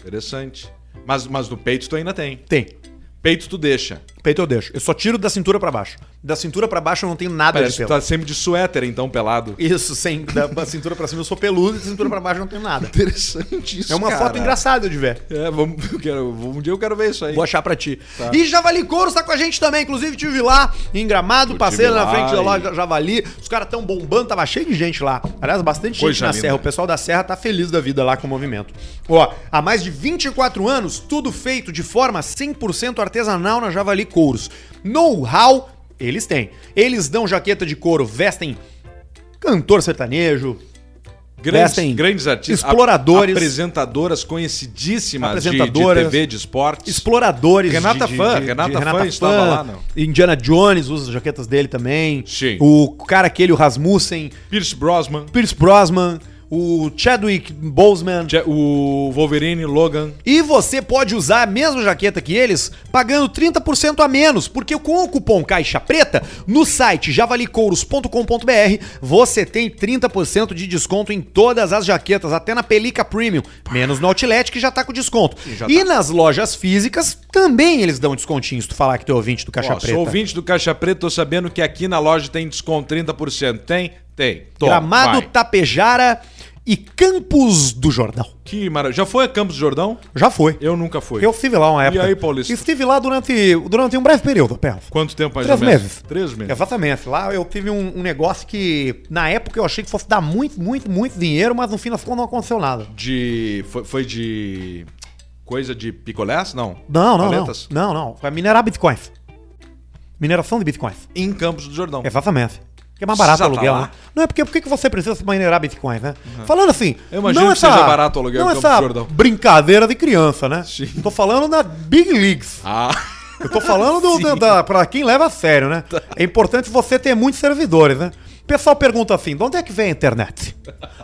Speaker 2: Interessante. Mas, mas no peito tu ainda tem.
Speaker 1: Tem.
Speaker 2: Peito tu deixa.
Speaker 1: Peito eu deixo. Eu só tiro da cintura pra baixo. Da cintura pra baixo eu não tenho nada
Speaker 2: Parece que
Speaker 1: de
Speaker 2: tu
Speaker 1: pelo.
Speaker 2: tá sempre de suéter, então, pelado.
Speaker 1: Isso, sem da da cintura pra cima eu sou peludo e da cintura pra baixo eu não tenho nada.
Speaker 2: Interessante isso,
Speaker 1: É uma foto engraçada de ver.
Speaker 2: É, vamos, eu quero, um dia eu quero ver isso aí.
Speaker 1: Vou achar pra ti. E Javali Couros tá com a gente também. Inclusive, tive lá em Gramado, passei lá na
Speaker 2: lá
Speaker 1: frente da
Speaker 2: e-
Speaker 1: loja Javali. Os caras tão bombando, tava cheio de gente lá. Aliás, bastante gente
Speaker 2: Coisa
Speaker 1: na
Speaker 2: linda.
Speaker 1: Serra. O pessoal da Serra tá feliz da vida lá com o movimento. Ó, há mais de 24 anos, tudo feito de forma 100% artesanal na Javali Couros. Know-how, eles têm. Eles dão jaqueta de couro, vestem cantor sertanejo, vestem
Speaker 2: Grandes, grandes artistas.
Speaker 1: exploradores.
Speaker 2: ap- Apresentadoras conhecidíssimas
Speaker 1: Apresentadoras.
Speaker 2: De, de TV, de esportes.
Speaker 1: exploradores.
Speaker 2: Renata Fã, Renata Fã estava lá, não?
Speaker 1: Indiana Jones usa as jaquetas dele também.
Speaker 2: Sim.
Speaker 1: O cara aquele, o Rasmussen,
Speaker 2: Pierce Brosman.
Speaker 1: Pierce Brosnan, o Chadwick Boseman.
Speaker 2: Je- O Wolverine, Logan.
Speaker 1: E você pode usar a mesma jaqueta que eles, pagando 30% a menos, porque com o cupom Caixa Preta, no site javalicouros.com.br, você tem 30% de desconto em todas as jaquetas, até na Pelica Premium, menos no Outlet, que já tá com desconto. E nas lojas físicas, também eles dão descontinho, se tu falar que tu é ouvinte do Caixa
Speaker 2: Ó,
Speaker 1: Preta.
Speaker 2: sou ouvinte do Caixa Preta, tô sabendo que aqui na loja tem desconto 30%. Tem? Tem. Toma,
Speaker 1: Gramado,
Speaker 2: vai.
Speaker 1: Tapejara e Campos do Jordão.
Speaker 2: Que maravilha. Já foi a Campos do Jordão?
Speaker 1: Já foi.
Speaker 2: Eu nunca fui.
Speaker 1: Eu estive lá uma época.
Speaker 2: aí, Paulista?
Speaker 1: Estive lá durante, durante um breve período apenas.
Speaker 2: Quanto tempo mais
Speaker 1: Três
Speaker 2: ou menos?
Speaker 1: meses.
Speaker 2: Três meses.
Speaker 1: Exatamente. Lá eu tive um, um negócio que, na época, eu achei que fosse dar muito, muito, muito dinheiro, mas no fim das contas não aconteceu nada.
Speaker 2: De. Foi, foi de. Coisa de picolés? Não.
Speaker 1: Não, não, não.
Speaker 2: Paletas?
Speaker 1: Não, não. Vai minerar bitcoins. Mineração de bitcoins.
Speaker 2: Em Campos do Jordão.
Speaker 1: Exatamente. Que é mais barato
Speaker 2: Já
Speaker 1: o
Speaker 2: tá
Speaker 1: aluguel,
Speaker 2: lá.
Speaker 1: né? Não é porque por que que você precisa minerar bitcoins, né? Falando assim,
Speaker 2: Eu imagino
Speaker 1: não
Speaker 2: que seja barato o aluguel
Speaker 1: não é
Speaker 2: em Campos
Speaker 1: essa
Speaker 2: do Jordão.
Speaker 1: brincadeira de criança, né?
Speaker 2: Sim.
Speaker 1: Tô falando da Big Leagues.
Speaker 2: Ah.
Speaker 1: Eu tô falando do, da, da- pra quem leva a sério, né? É importante você ter muitos servidores, né? O pessoal pergunta assim, de onde é que vem a internet?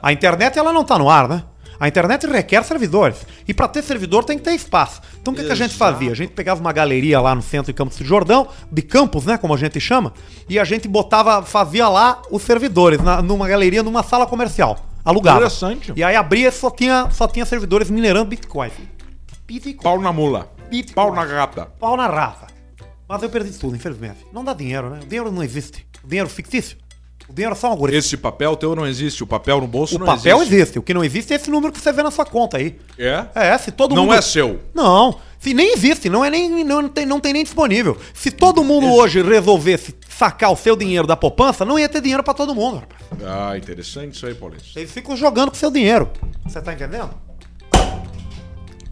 Speaker 1: A internet, ela não tá no ar, né? A internet requer servidores. E pra ter servidor tem que ter espaço. Então o que, que a gente fazia? A gente pegava uma galeria lá no centro de Campos do Jordão, de Campos, né? Como a gente chama, e a gente botava, fazia lá os servidores, na- numa galeria, numa sala comercial. Alugava.
Speaker 2: Interessante.
Speaker 1: E aí abria e só tinha, só tinha servidores minerando Bitcoin. Bitcoin.
Speaker 2: Pau na mula.
Speaker 1: Bitcoin.
Speaker 2: Pau na gata.
Speaker 1: Pau na raça. Mas eu perdi tudo, infelizmente. Não dá dinheiro, né? O dinheiro não existe. O dinheiro é fictício. O dinheiro é só um algoritmo.
Speaker 2: Esse papel teu não existe. O papel no bolso
Speaker 1: o
Speaker 2: não
Speaker 1: papel
Speaker 2: existe.
Speaker 1: existe. O que não existe é esse número que você vê na sua conta aí.
Speaker 2: É?
Speaker 1: É, se todo
Speaker 2: Não
Speaker 1: mundo.
Speaker 2: é seu.
Speaker 1: Não. Se nem existe, não é nem. Não, tem, não tem nem disponível. Se todo mundo hoje resolvesse sacar o seu dinheiro da poupança, não ia ter dinheiro pra todo mundo, rapaz.
Speaker 2: Ah, interessante isso aí, Paulista.
Speaker 1: Eles ficam jogando com o seu dinheiro. Você tá entendendo?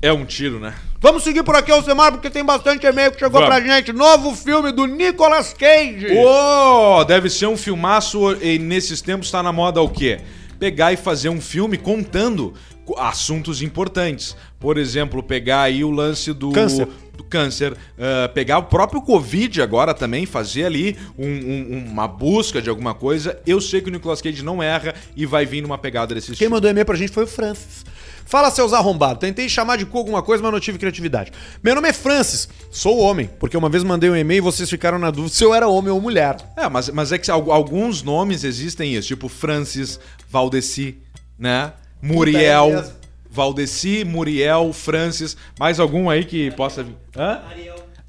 Speaker 2: É um tiro, né?
Speaker 1: Vamos seguir por aqui, Alcemar, porque tem bastante e-mail que chegou
Speaker 2: Vamos.
Speaker 1: pra gente. Novo filme do Nicolas Cage.
Speaker 2: Ô, deve ser um filmaço e nesses tempos tá na moda o quê? Pegar e fazer um filme contando co- assuntos importantes. Por exemplo, pegar aí o lance do
Speaker 1: Câncer.
Speaker 2: do câncer, ah, pegar o próprio Covid agora também, fazer ali um- um- uma busca de alguma coisa. Eu sei que o Nicolas Cage não erra e vai vir numa pegada desse
Speaker 1: Quem
Speaker 2: estilo.
Speaker 1: mandou e-mail pra gente foi o Francis. Fala, seus arrombados. Tentei chamar de cu alguma coisa, mas não tive criatividade. Meu nome é Francis. Sou homem, porque uma vez mandei um e-mail e vocês ficaram na dúvida se eu era homem ou mulher.
Speaker 2: É, mas, mas é que al- alguns nomes existem isso, tipo Francis, Valdeci, né?
Speaker 1: Puta, é
Speaker 2: Muriel.
Speaker 1: mesmo.
Speaker 2: Valdeci, Muriel, Francis. Mais algum aí que possa vir? Hã?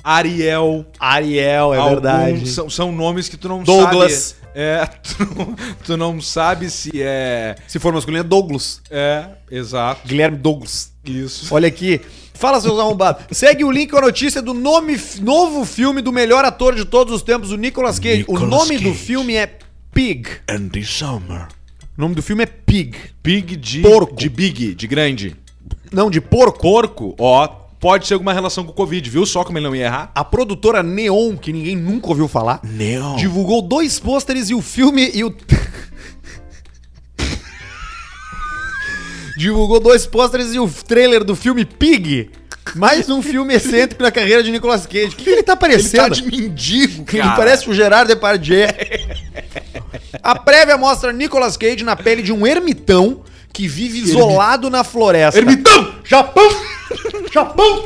Speaker 2: Ariel.
Speaker 1: Ariel, é
Speaker 2: Algum-
Speaker 1: verdade.
Speaker 2: São, são nomes que tu não
Speaker 1: Douglas.
Speaker 2: sabe. É, tu, não- tu não sabe se é.
Speaker 1: Se for masculino, é Douglas.
Speaker 2: É, exato.
Speaker 1: Guilherme Douglas.
Speaker 2: Isso.
Speaker 1: Olha aqui. Fala, seus arrombados. Segue o link com a notícia do nome, novo filme do melhor ator de todos os tempos, o Nicolas Cage. o
Speaker 6: Nicolas
Speaker 1: nome do
Speaker 6: Cage.
Speaker 1: filme é Pig.
Speaker 6: Andy Summer.
Speaker 1: O nome do filme é Pig.
Speaker 2: Big de.
Speaker 1: Porco.
Speaker 2: De big, de grande.
Speaker 1: Não, de porco.
Speaker 2: Porco, ó. pode ter alguma relação com o Covid, viu? Só como ele não ia errar.
Speaker 1: A produtora Neon, que ninguém nunca ouviu falar,
Speaker 2: Não.
Speaker 1: divulgou dois pôsteres e o filme e o. divulgou dois pôsteres e o trailer do filme Pig. Mais um filme excêntrico na carreira de Nicolas Cage. O que, que ele tá parecendo? Ele,
Speaker 2: mendigo,
Speaker 1: parece o Gerard Depardieu. A prévia mostra Nicolas Cage na pele de um ermitão que vive isolado na floresta.
Speaker 2: Ermitão!
Speaker 1: Japão! Japão!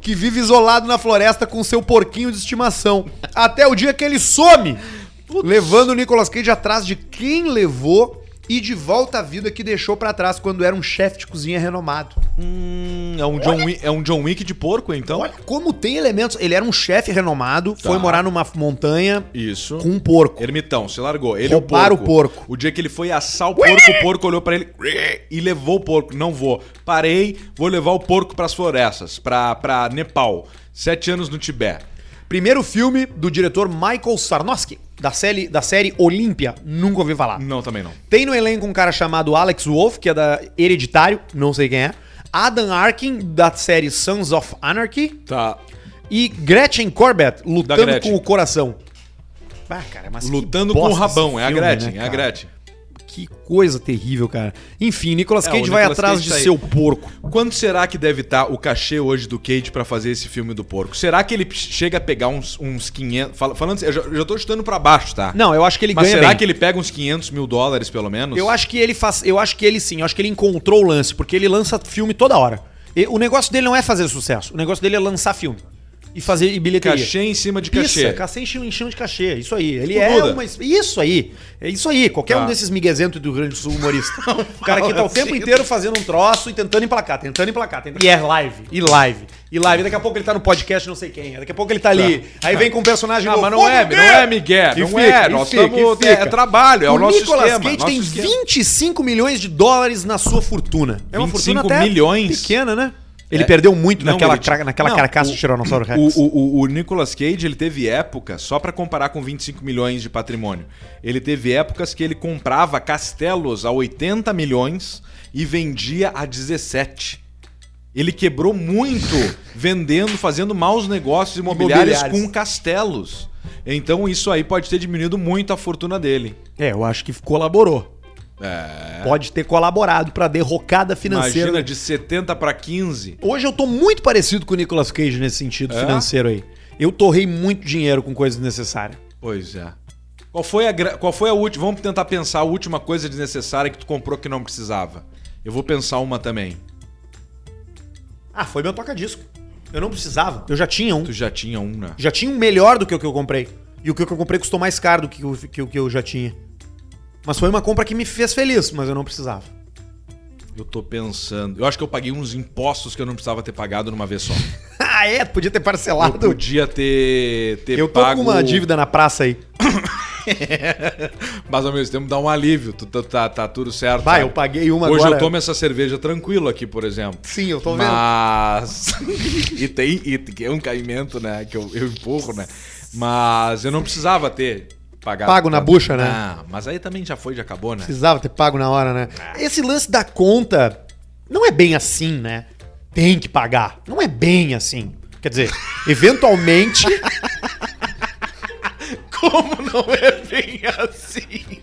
Speaker 1: Que vive isolado na floresta com seu porquinho de estimação. Até o dia que ele some, levando o Nicolas Cage atrás de quem levou e de volta à vida que deixou pra trás quando era um chefe de cozinha renomado.
Speaker 2: Hum, é, um John Wick, é um John Wick de porco, então?
Speaker 1: Olha como tem elementos. Ele era um chefe renomado, foi morar numa montanha
Speaker 2: Isso.
Speaker 1: com um porco.
Speaker 2: Ermitão, se largou. Ele e
Speaker 1: Roubaram
Speaker 2: o
Speaker 1: o
Speaker 2: porco.
Speaker 1: porco.
Speaker 2: O dia que ele foi assar o porco, o porco olhou pra ele e levou o porco. Não vou. Parei, vou levar o porco pras florestas, pra, pra Nepal. Sete anos no Tibete.
Speaker 1: Primeiro filme do diretor Michael Sarnowski, da série, da série Olímpia. Nunca ouvi falar.
Speaker 2: Não, também não.
Speaker 1: Tem no elenco um cara chamado Alex Wolff, que é da Hereditário, não sei quem é. Adam Arkin, da série Sons of Anarchy.
Speaker 2: Tá.
Speaker 1: E Gretchen Corbett, lutando
Speaker 2: Gretchen.
Speaker 1: com o coração. Ah, cara, mas que
Speaker 2: Lutando com o
Speaker 1: bosta esse
Speaker 2: rabão. É a
Speaker 1: filme,
Speaker 2: Gretchen,
Speaker 1: né,
Speaker 2: é a
Speaker 1: cara?
Speaker 2: Gretchen.
Speaker 1: Que coisa terrível, cara. Enfim, Nicolas
Speaker 2: É,
Speaker 1: Cage
Speaker 2: o
Speaker 1: vai
Speaker 2: Nicolas
Speaker 1: atrás
Speaker 2: Cage
Speaker 1: de
Speaker 2: tá aí.
Speaker 1: seu porco.
Speaker 2: Quanto será que deve estar o cachê hoje do Cage pra fazer esse filme do porco? Será que ele chega a pegar uns, uns 500... fala- Falando, assim, eu já, eu já tô chutando pra baixo, tá?
Speaker 1: Não, eu acho que ele
Speaker 2: Mas
Speaker 1: ganha
Speaker 2: será
Speaker 1: bem.
Speaker 2: que ele pega uns 500 mil dólares, pelo menos?
Speaker 1: Eu acho que ele faz. Eu acho que ele sim, eu acho que ele encontrou o lance, porque ele lança filme toda hora. E o negócio dele não é fazer sucesso, o negócio dele é lançar filme. E fazer e bilheteria.
Speaker 2: Cachê em cima de
Speaker 1: Pissa,
Speaker 2: cachê.
Speaker 1: cacê enchendo, enchendo de cachê. Isso aí. Ele
Speaker 2: Tipo
Speaker 1: é
Speaker 2: Duda.
Speaker 1: uma. Isso aí. É isso aí. Qualquer
Speaker 2: Tá.
Speaker 1: um desses miguezentos do Rio Grande do Sul humorista. o cara que tá o tempo inteiro
Speaker 2: assim.
Speaker 1: fazendo um troço e tentando emplacar, tentando emplacar. Tentando... E é live. E live. E live. Daqui a pouco ele tá no podcast, não sei quem. Daqui a pouco ele tá ali. Aí vem com um personagem
Speaker 2: Ah,
Speaker 1: novo.
Speaker 2: mas não é,
Speaker 1: Pô,
Speaker 2: não é Miguel,
Speaker 1: E
Speaker 2: não
Speaker 1: fica,
Speaker 2: é.
Speaker 1: e
Speaker 2: Nós
Speaker 1: fica,
Speaker 2: estamos.
Speaker 1: e fica.
Speaker 2: É, é trabalho, é o, nosso
Speaker 1: Nicolas
Speaker 2: esquema.
Speaker 1: Cage
Speaker 2: nosso
Speaker 1: tem
Speaker 2: esquema.
Speaker 1: 25 milhões de dólares na sua fortuna. É
Speaker 2: 25 milhões?
Speaker 1: pequena, né? Ele
Speaker 2: É.
Speaker 1: perdeu muito
Speaker 2: Não,
Speaker 1: naquela,
Speaker 2: ele-
Speaker 1: cra- naquela
Speaker 2: não,
Speaker 1: carcaça
Speaker 2: o-
Speaker 1: de Tiranossauro Rex.
Speaker 2: O, o, o- o Nicolas Cage, ele teve época, só pra comparar com 25 milhões de patrimônio, ele teve épocas que ele comprava castelos a 80 milhões e vendia a 17. Ele quebrou muito vendendo, fazendo maus negócios imobiliários,
Speaker 1: Imobiliários.
Speaker 2: com castelos. Então isso aí pode ter diminuído muito a fortuna dele.
Speaker 1: É, eu acho que colaborou. Pode ter colaborado pra derrocada financeira.
Speaker 2: É. Imagina de 70 pra 15.
Speaker 1: Hoje eu tô muito parecido com o Nicolas Cage nesse sentido
Speaker 2: É?
Speaker 1: financeiro aí. Eu torrei muito dinheiro com coisas desnecessárias.
Speaker 2: Pois é. Qual foi a, gra- qual foi a última? Vamos tentar pensar a última coisa desnecessária que tu comprou que não precisava. Eu vou pensar uma também.
Speaker 1: Ah, foi meu toca-disco. Eu não precisava. Eu já tinha um.
Speaker 2: Tu já tinha um, né?
Speaker 1: Já tinha um melhor do que o que eu comprei. E o que eu comprei custou mais caro do que o que, o que eu já tinha. Mas foi uma compra que me fez feliz, mas eu não precisava.
Speaker 2: Eu tô pensando. Eu acho que eu paguei uns impostos que eu não precisava ter pagado numa vez só.
Speaker 1: ah, é? Tu podia ter
Speaker 2: Eu
Speaker 1: parcelado.
Speaker 2: podia ter, ter
Speaker 1: Eu tô
Speaker 2: pago.
Speaker 1: com uma dívida na praça aí.
Speaker 2: Mas ao mesmo tempo dá um alívio. Tu, tá, tá, tá tudo certo.
Speaker 1: Vai,
Speaker 2: sabe?
Speaker 1: eu paguei uma
Speaker 2: Hoje
Speaker 1: agora.
Speaker 2: eu tomo essa cerveja tranquilo aqui, por exemplo.
Speaker 1: Sim, eu tô vendo.
Speaker 2: Mas. e tem. E tem- é um caimento, né? Que eu, eu empurro, né? Mas eu não precisava ter pagado.
Speaker 1: Pago na bucha, né?
Speaker 2: Ah, mas aí também já foi, já acabou, né?
Speaker 1: Precisava ter pago na hora, né?
Speaker 2: É.
Speaker 1: Esse lance da conta não é bem assim, né? Tem que pagar. Não é bem assim. Quer dizer, eventualmente.
Speaker 2: Como não é bem assim?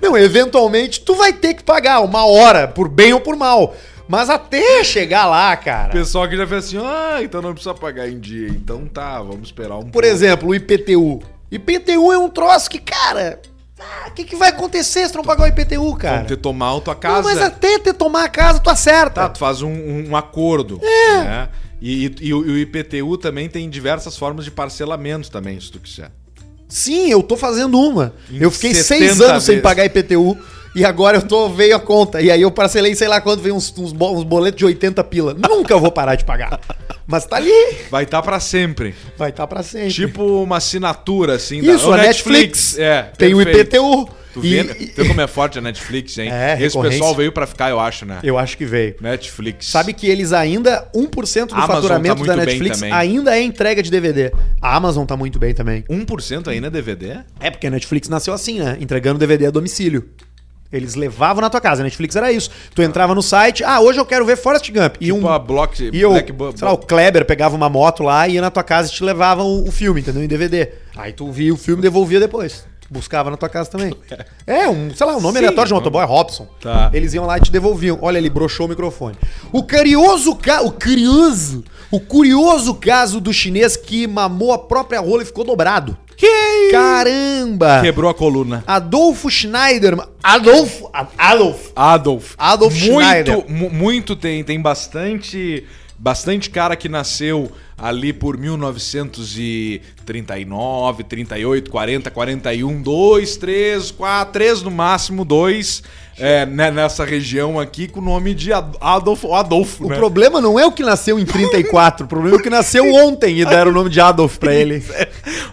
Speaker 1: não, eventualmente tu vai ter que pagar uma hora, por bem ou por mal. Mas até chegar lá, cara.
Speaker 2: Pessoal que já fez assim, ah, então não precisa pagar em dia. Então tá, vamos esperar um
Speaker 1: Por exemplo, o IPTU. IPTU é um troço que, cara. ah, O que, que vai acontecer se tu não pagar o IPTU, cara?
Speaker 2: Vão ter tomar a tua
Speaker 1: Não,
Speaker 2: casa.
Speaker 1: mas até ter tomar a casa, tu
Speaker 2: Tá,
Speaker 1: acerta.
Speaker 2: tu faz um, um- um acordo. É. E, e- e o, e o IPTU também tem diversas formas de parcelamento também, se tu quiser.
Speaker 1: Sim, eu tô fazendo uma.
Speaker 2: Em
Speaker 1: eu fiquei seis
Speaker 2: 70
Speaker 1: anos sem
Speaker 2: vezes.
Speaker 1: pagar IPTU e agora eu tô, veio a conta. E aí eu parcelei, sei lá quanto, veio uns, uns, bo- uns boletos de 80 pila. Nunca eu vou parar de pagar. Mas tá ali,
Speaker 2: Vai estar tá pra sempre.
Speaker 1: vai estar tá pra sempre.
Speaker 2: Tipo uma assinatura, assim. da-
Speaker 1: Isso,
Speaker 2: Ô,
Speaker 1: a Netflix,
Speaker 2: É,
Speaker 1: tem o
Speaker 2: perfeito.
Speaker 1: IPTU.
Speaker 2: Tu
Speaker 1: e-
Speaker 2: vê, tu vê como é forte a Netflix, hein?
Speaker 1: É,
Speaker 2: Esse
Speaker 1: recorrência.
Speaker 2: pessoal veio pra ficar, eu acho, né?
Speaker 1: Eu acho que veio.
Speaker 2: Netflix.
Speaker 1: Sabe que eles ainda, 1% do
Speaker 2: A Amazon tá
Speaker 1: faturamento
Speaker 2: muito
Speaker 1: da
Speaker 2: bem
Speaker 1: Netflix
Speaker 2: também.
Speaker 1: ainda é entrega de DVD. A Amazon tá muito bem também.
Speaker 2: 1% ainda é DVD?
Speaker 1: né? É porque a Netflix nasceu assim, né? Entregando DVD a domicílio. Eles levavam na tua casa. A Netflix era isso. Tu entrava no site, ah, hoje eu quero ver Forrest Gump. E
Speaker 2: Tipo
Speaker 1: um.
Speaker 2: a Block...
Speaker 1: E eu,
Speaker 2: Black Bu-
Speaker 1: sei lá, o Kleber pegava uma moto lá, ia na tua casa e te levava o, o filme, entendeu? Em DVD. Aí tu via o filme e devolvia depois. Tu Buscava na tua casa também. É, um, sei lá, o nome
Speaker 2: Sim.
Speaker 1: aleatório de um motoboy é Robson.
Speaker 2: Tá.
Speaker 1: Eles iam lá e te devolviam. Olha, ele broxou o microfone. O curioso ca... o curioso, o curioso caso do chinês que mamou a própria rola e ficou dobrado.
Speaker 2: Que...
Speaker 1: Caramba!
Speaker 2: Quebrou a coluna.
Speaker 1: Adolfo Schneiderman. Adolfo, A- Adolf.
Speaker 2: Adolf.
Speaker 1: Adolf Schneider.
Speaker 2: Muito, mu- muito tem, tem bastante, bastante cara que nasceu ali por 1939, 38, 40, 41, 2, 3, 4, 3 no máximo, 2, nessa região aqui com o nome de Ad- Adolf, Adolfo,
Speaker 1: O
Speaker 2: né?
Speaker 1: problema não é o que nasceu em 34, o problema é o que nasceu ontem e deram o nome de Adolf pra ele.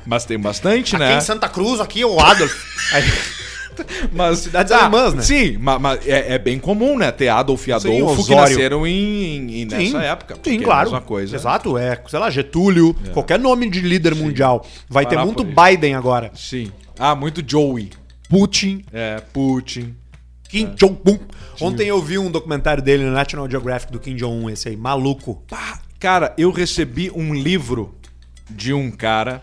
Speaker 2: Mas tem bastante,
Speaker 1: Aqui
Speaker 2: né?
Speaker 1: em É, Santa Cruz, aqui o Adolf. Aí,
Speaker 2: Mas Ah,
Speaker 1: cidades alemãs, né?
Speaker 2: Sim, ma- ma- é, é bem comum, né? Ter Adolf e Adolfo que
Speaker 1: Osório.
Speaker 2: nasceram em, em- nessa época. porque
Speaker 1: Sim,
Speaker 2: é a
Speaker 1: claro.
Speaker 2: mesma coisa. É.
Speaker 1: Exato, é, sei lá, Getúlio, qualquer nome de líder mundial. Vai ter
Speaker 2: Parar
Speaker 1: muito
Speaker 2: por
Speaker 1: Biden agora.
Speaker 2: Sim. Ah, muito Joey.
Speaker 1: Putin,
Speaker 2: É, Putin. É.
Speaker 1: Kim Jong-un. Ontem eu vi um documentário dele no National Geographic do Kim Jong-un, esse aí, maluco.
Speaker 2: Pá, Ah, cara, eu recebi um livro de um cara.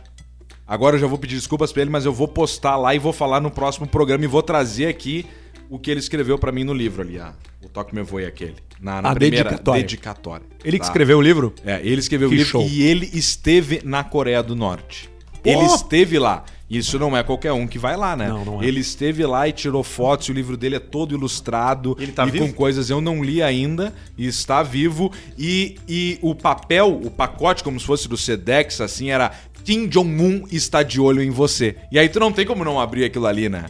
Speaker 2: Agora eu já vou pedir desculpas pra ele, mas eu vou postar lá e vou falar no próximo programa e vou trazer aqui o que ele escreveu pra mim no livro ali. Ah, o Toque Me Voe aquele. Na, na
Speaker 1: A
Speaker 2: primeira
Speaker 1: dedicatória.
Speaker 2: dedicatória.
Speaker 1: Ele que
Speaker 2: Tá.
Speaker 1: escreveu o livro?
Speaker 2: É, ele escreveu o
Speaker 1: Que
Speaker 2: livro
Speaker 1: show.
Speaker 2: e ele esteve na Coreia do Norte. Ele esteve lá. Isso não é qualquer um que vai lá, né?
Speaker 1: Não, não é.
Speaker 2: Ele esteve lá e tirou fotos, e o livro dele é todo ilustrado
Speaker 1: Ele tá
Speaker 2: e
Speaker 1: vivo?
Speaker 2: com coisas eu não li ainda, e está vivo. E, e o papel, o pacote, como se fosse do Sedex, assim, era Kim Jong-un está de olho em você. E aí tu não tem como não abrir aquilo ali, né?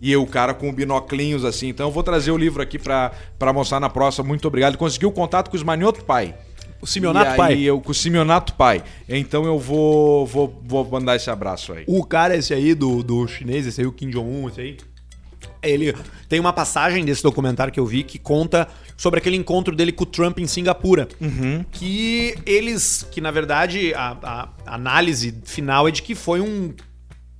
Speaker 2: E eu, o cara com binoclinhos assim. Então eu vou trazer o livro aqui pra, pra mostrar na próxima. Muito obrigado. Ele Conseguiu contato com os Manioto Pai.
Speaker 1: O Simeonato
Speaker 2: E aí
Speaker 1: Pai.
Speaker 2: Eu, com o Simeonato Pai. Então eu vou, vou, vou mandar esse abraço aí.
Speaker 1: O cara esse aí, do, do chinês, esse aí, o Kim Jong-un, esse aí. Ele tem uma passagem desse documentário que eu vi que conta sobre aquele encontro dele com o Trump em Singapura. Uhum. Que eles. Que na verdade a, a análise final é de que foi um.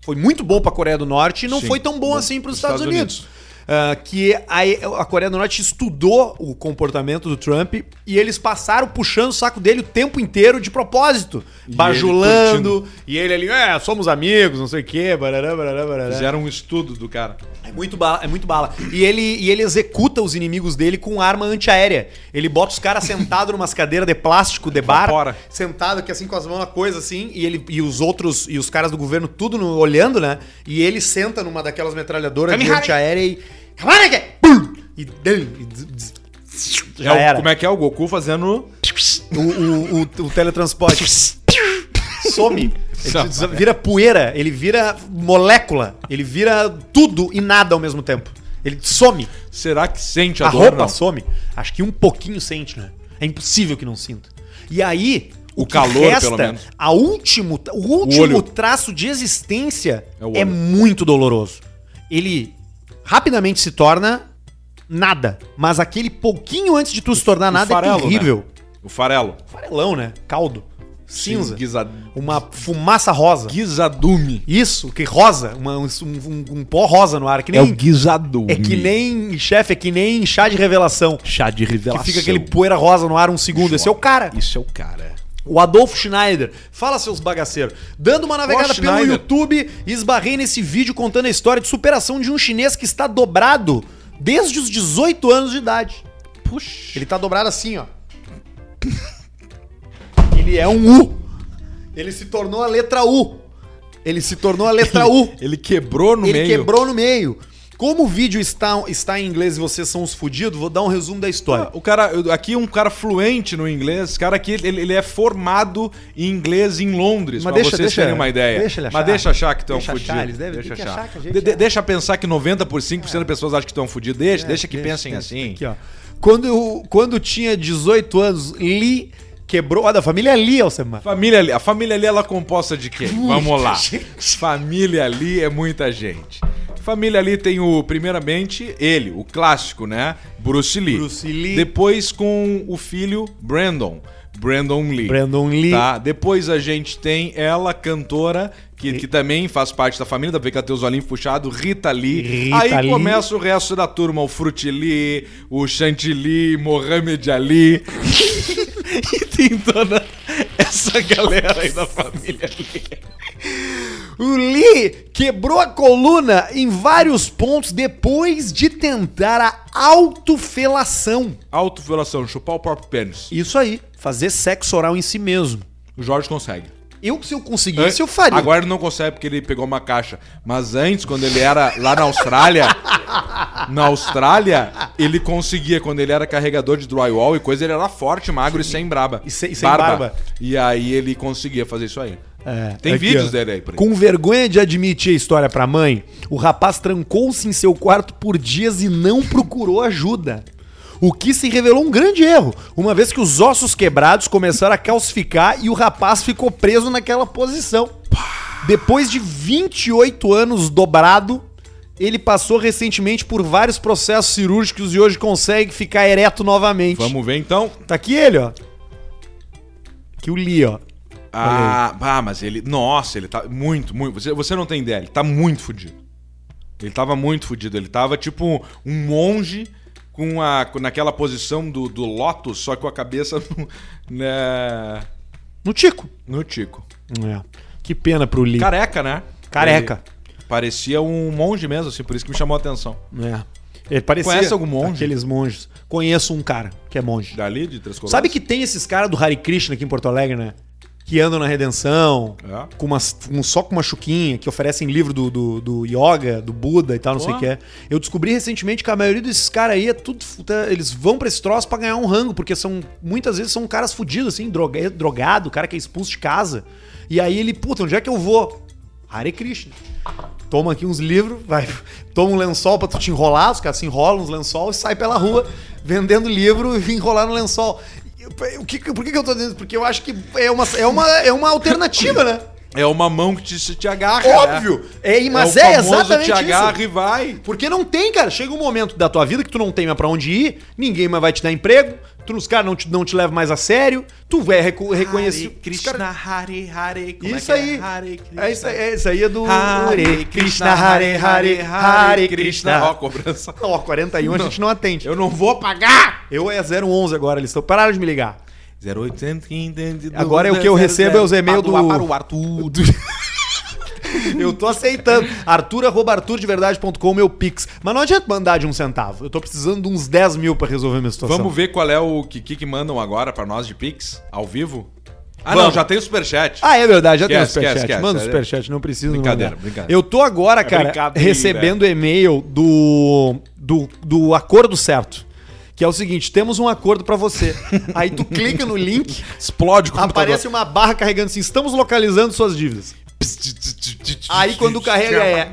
Speaker 1: Foi muito bom pra Coreia do Norte e não
Speaker 2: Sim.
Speaker 1: foi tão bom assim pros Estados,
Speaker 2: Estados
Speaker 1: Unidos. Ah, que a, a Coreia do Norte estudou o comportamento do Trump e eles passaram puxando o saco dele o tempo inteiro de propósito,
Speaker 2: ele
Speaker 1: bajulando, e ele ali, é, somos amigos, não sei o quê, barará, barará, barará.
Speaker 2: Fizeram um estudo do cara.
Speaker 1: É muito bala, é muito bala. E ele, e ele executa os inimigos dele com arma antiaérea. Ele bota os caras sentados numas cadeiras de plástico de bar,
Speaker 2: Evapora.
Speaker 1: sentado aqui assim com as mãos na coisa assim, e ele e os outros e os caras do governo tudo no- olhando, né? E ele senta numa daquelas metralhadoras de antiaérea e Kamarake! Pum! e dan- e des- des- já
Speaker 2: é o-
Speaker 1: era.
Speaker 2: Como é que é o Goku fazendo.
Speaker 1: O, o, o- o teletransporte some. Ele des- vira poeira, ele vira molécula, ele vira tudo e nada ao mesmo tempo. Ele some.
Speaker 2: Será que sente a,
Speaker 1: A
Speaker 2: dor?
Speaker 1: roupa
Speaker 2: não?
Speaker 1: some. Acho que um pouquinho sente, né? É impossível que não sinta. E aí,
Speaker 2: O calor, pelo menos.
Speaker 1: A último, o
Speaker 2: O
Speaker 1: último
Speaker 2: olho.
Speaker 1: traço de existência
Speaker 2: É o
Speaker 1: é,
Speaker 2: olho.
Speaker 1: muito doloroso. Ele rapidamente se torna nada. Mas aquele pouquinho antes de tu se tornar
Speaker 2: o
Speaker 1: nada
Speaker 2: farelo, né?
Speaker 1: é terrível.
Speaker 2: O farelo.
Speaker 1: Farelão, né? Caldo. Cinza.
Speaker 2: Sim, guisa-
Speaker 1: Uma fumaça rosa.
Speaker 2: Guizadume.
Speaker 1: Isso, que rosa. uma- um, um- um pó rosa no
Speaker 2: É
Speaker 1: ar. Que nem,
Speaker 2: guizadume.
Speaker 1: é que nem, chefe, é que nem chá de revelação.
Speaker 2: Chá de
Speaker 1: Que
Speaker 2: revelação.
Speaker 1: fica aquele poeira rosa no ar um segundo. Esse é o cara.
Speaker 2: Isso é o cara.
Speaker 1: O Adolfo Schneider. Fala, seus bagaceiros. Dando uma navegada
Speaker 2: Ó,
Speaker 1: pelo
Speaker 2: Schneider.
Speaker 1: YouTube, esbarrei nesse vídeo contando a história de superação de um chinês que está dobrado desde os 18 anos de idade. Puxa. Ele tá dobrado assim, ó. Ele é um U. Ele se tornou a letra U. Ele se tornou a letra U
Speaker 2: Ele quebrou no
Speaker 1: ele
Speaker 2: meio.
Speaker 1: quebrou no meio. Como o vídeo está, está em inglês e vocês são os fudidos, vou dar um resumo da história.
Speaker 2: O cara, eu- aqui um cara fluente no inglês, esse cara aqui, ele, ele é formado em inglês em Londres,
Speaker 1: Mas
Speaker 2: pra
Speaker 1: deixa-
Speaker 2: vocês
Speaker 1: deixa-
Speaker 2: terem uma ideia.
Speaker 1: deixa ele achar.
Speaker 2: Mas deixa achar que tu é um
Speaker 1: Deixa achar,
Speaker 2: fudido.
Speaker 1: eles devem-
Speaker 2: deixa
Speaker 1: tem que achar que a gente
Speaker 2: De- de-
Speaker 1: é.
Speaker 2: deixa pensar que 90% das pessoas acham que tu é um fudido. Deixa, deixa que pensem assim.
Speaker 1: Aqui, ó. Quando, eu- quando tinha 18 anos, Lee quebrou. Olha, da família Lee, Alcemar.
Speaker 2: Família ali, a família ali ela é composta de quem? Vamos lá. Família ali é muita gente. Família ali tem o, primeiramente, ele, o clássico, né? Bruce Lee.
Speaker 1: Bruce Lee.
Speaker 2: Depois com o filho Brandon. Brandon Lee.
Speaker 1: Brandon Lee.
Speaker 2: Tá? Depois a gente tem ela, cantora, que, que também faz parte da família, dá pra ver que ela tem os olhinhos puxados, Rita Lee.
Speaker 4: Rita
Speaker 2: Aí
Speaker 4: Lee.
Speaker 2: começa o resto da turma, o Frutili, o Chantilly, Mohamed Ali. e tem toda essa galera aí da família ali.
Speaker 1: O Lee quebrou a coluna em vários pontos depois de tentar a autofelação.
Speaker 2: Autoviolação, chupar o próprio pênis.
Speaker 1: Isso aí, fazer sexo oral em si mesmo.
Speaker 2: O Jorge consegue.
Speaker 1: Eu, se eu conseguisse, eu faria.
Speaker 2: É, Agora ele não consegue porque ele pegou uma caixa. Mas antes, quando ele era lá na Austrália, na Austrália, ele conseguia. Quando ele era carregador de drywall e coisa, ele era forte, magro e sem braba.
Speaker 1: E sem- e sem barba.
Speaker 2: E aí ele conseguia fazer isso aí.
Speaker 1: É,
Speaker 2: Tem
Speaker 1: aqui,
Speaker 2: vídeos
Speaker 1: ó.
Speaker 2: dele aí por aí.
Speaker 1: Com vergonha de admitir a história pra mãe, o rapaz trancou-se em seu quarto por dias e não procurou ajuda. O que se revelou um grande erro, uma vez que os ossos quebrados começaram a calcificar e o rapaz ficou preso naquela posição. Depois de 28 anos dobrado, ele passou recentemente por vários processos cirúrgicos e hoje consegue ficar ereto novamente.
Speaker 2: Vamos ver então.
Speaker 1: Tá aqui ele, ó. Que o Li, ó.
Speaker 2: Ah, ah, mas ele. Nossa, ele tá muito, muito. Você, você não tem ideia, ele tá muito fudido. Ele tava muito fudido. Ele tava tipo um monge com a, com- naquela posição do, do Lotus, só com a cabeça no, né,
Speaker 1: No Tico.
Speaker 2: no Tico.
Speaker 1: É. Que pena pro Lee.
Speaker 2: Careca, né?
Speaker 1: Careca.
Speaker 2: Ele parecia um monge mesmo, assim, por isso que me chamou a atenção.
Speaker 1: É. Ele parecia
Speaker 2: Conhece algum monge?
Speaker 1: Aqueles monges. Conheço um cara que é monge.
Speaker 2: Dali de três coroas.
Speaker 1: Sabe que tem esses caras do Hare Krishna aqui em Porto Alegre, né? Que andam na redenção,
Speaker 2: É.
Speaker 1: com umas, com- só com uma chuquinha, que oferecem livro do, do, do yoga, do Buda e tal, não sei o que é. Eu descobri recentemente que a maioria desses caras aí é tudo. futa- Eles vão pra esse troço pra ganhar um rango, porque são muitas vezes são caras fudidos, assim, droga, drogado, cara que é expulso de casa. E aí ele, puta, onde é que eu vou? Hare Krishna. Toma aqui uns livros, vai, toma um lençol pra tu te enrolar, os caras se enrolam uns lençol e sai pela rua vendendo livro e enrolar no lençol. E, O que, por que que eu tô dizendo? Porque eu acho que é uma, é uma, é uma alternativa, né?
Speaker 2: É uma mão que te, te agarra. né?
Speaker 1: Óbvio! É, mas é,
Speaker 2: famoso
Speaker 1: exatamente
Speaker 2: te agarra
Speaker 1: isso.
Speaker 2: e vai.
Speaker 1: Porque não tem, cara. Chega um momento da tua vida que tu não tem mais pra onde ir, ninguém mais vai te dar emprego, tu, os caras não te, não te levam mais a sério, tu é reco reconhecido. os
Speaker 4: Krishna,
Speaker 1: cara-
Speaker 4: Hare Hare. como é
Speaker 1: Isso
Speaker 4: que é?
Speaker 1: aí.
Speaker 4: Hare Krishna.
Speaker 1: É isso, aí- é isso aí é do.
Speaker 4: Hare Krishna, Hare Hare, Hare Krishna.
Speaker 2: Ó, a cobrança.
Speaker 1: Não, ó, 41 a gente não atende.
Speaker 2: Eu não vou pagar!
Speaker 1: Eu é 011 agora, eles estão. Pararam de me ligar.
Speaker 2: 0800 500
Speaker 1: Agora é o que eu recebo é os e-mails do.
Speaker 4: Para o Arthur.
Speaker 1: Eu tô aceitando. Arthur, arroba arturdeverdade.com, meu pix. Mas não adianta mandar de um centavo. Eu tô precisando de uns 10 mil pra resolver minha situação.
Speaker 2: Vamos ver qual é o que, que que mandam agora pra nós de Pix, ao vivo? Ah, não,
Speaker 1: Vamos.
Speaker 2: já tem o superchat.
Speaker 1: Ah, é verdade, já tem o
Speaker 2: Esquece,
Speaker 1: superchat.
Speaker 2: esquece, esquece.
Speaker 1: Manda o superchat, não precisa.
Speaker 2: Brincadeira,
Speaker 1: mandar.
Speaker 2: brincadeira. É
Speaker 1: Eu tô agora, cara,
Speaker 2: brincadeira.
Speaker 1: recebendo e-mail do, do, do acordo certo. Que é o seguinte, temos um acordo pra você. Aí tu clica no link,
Speaker 2: Explode o computador.
Speaker 1: aparece uma barra carregando assim, estamos localizando suas dívidas. Aí quando carrega é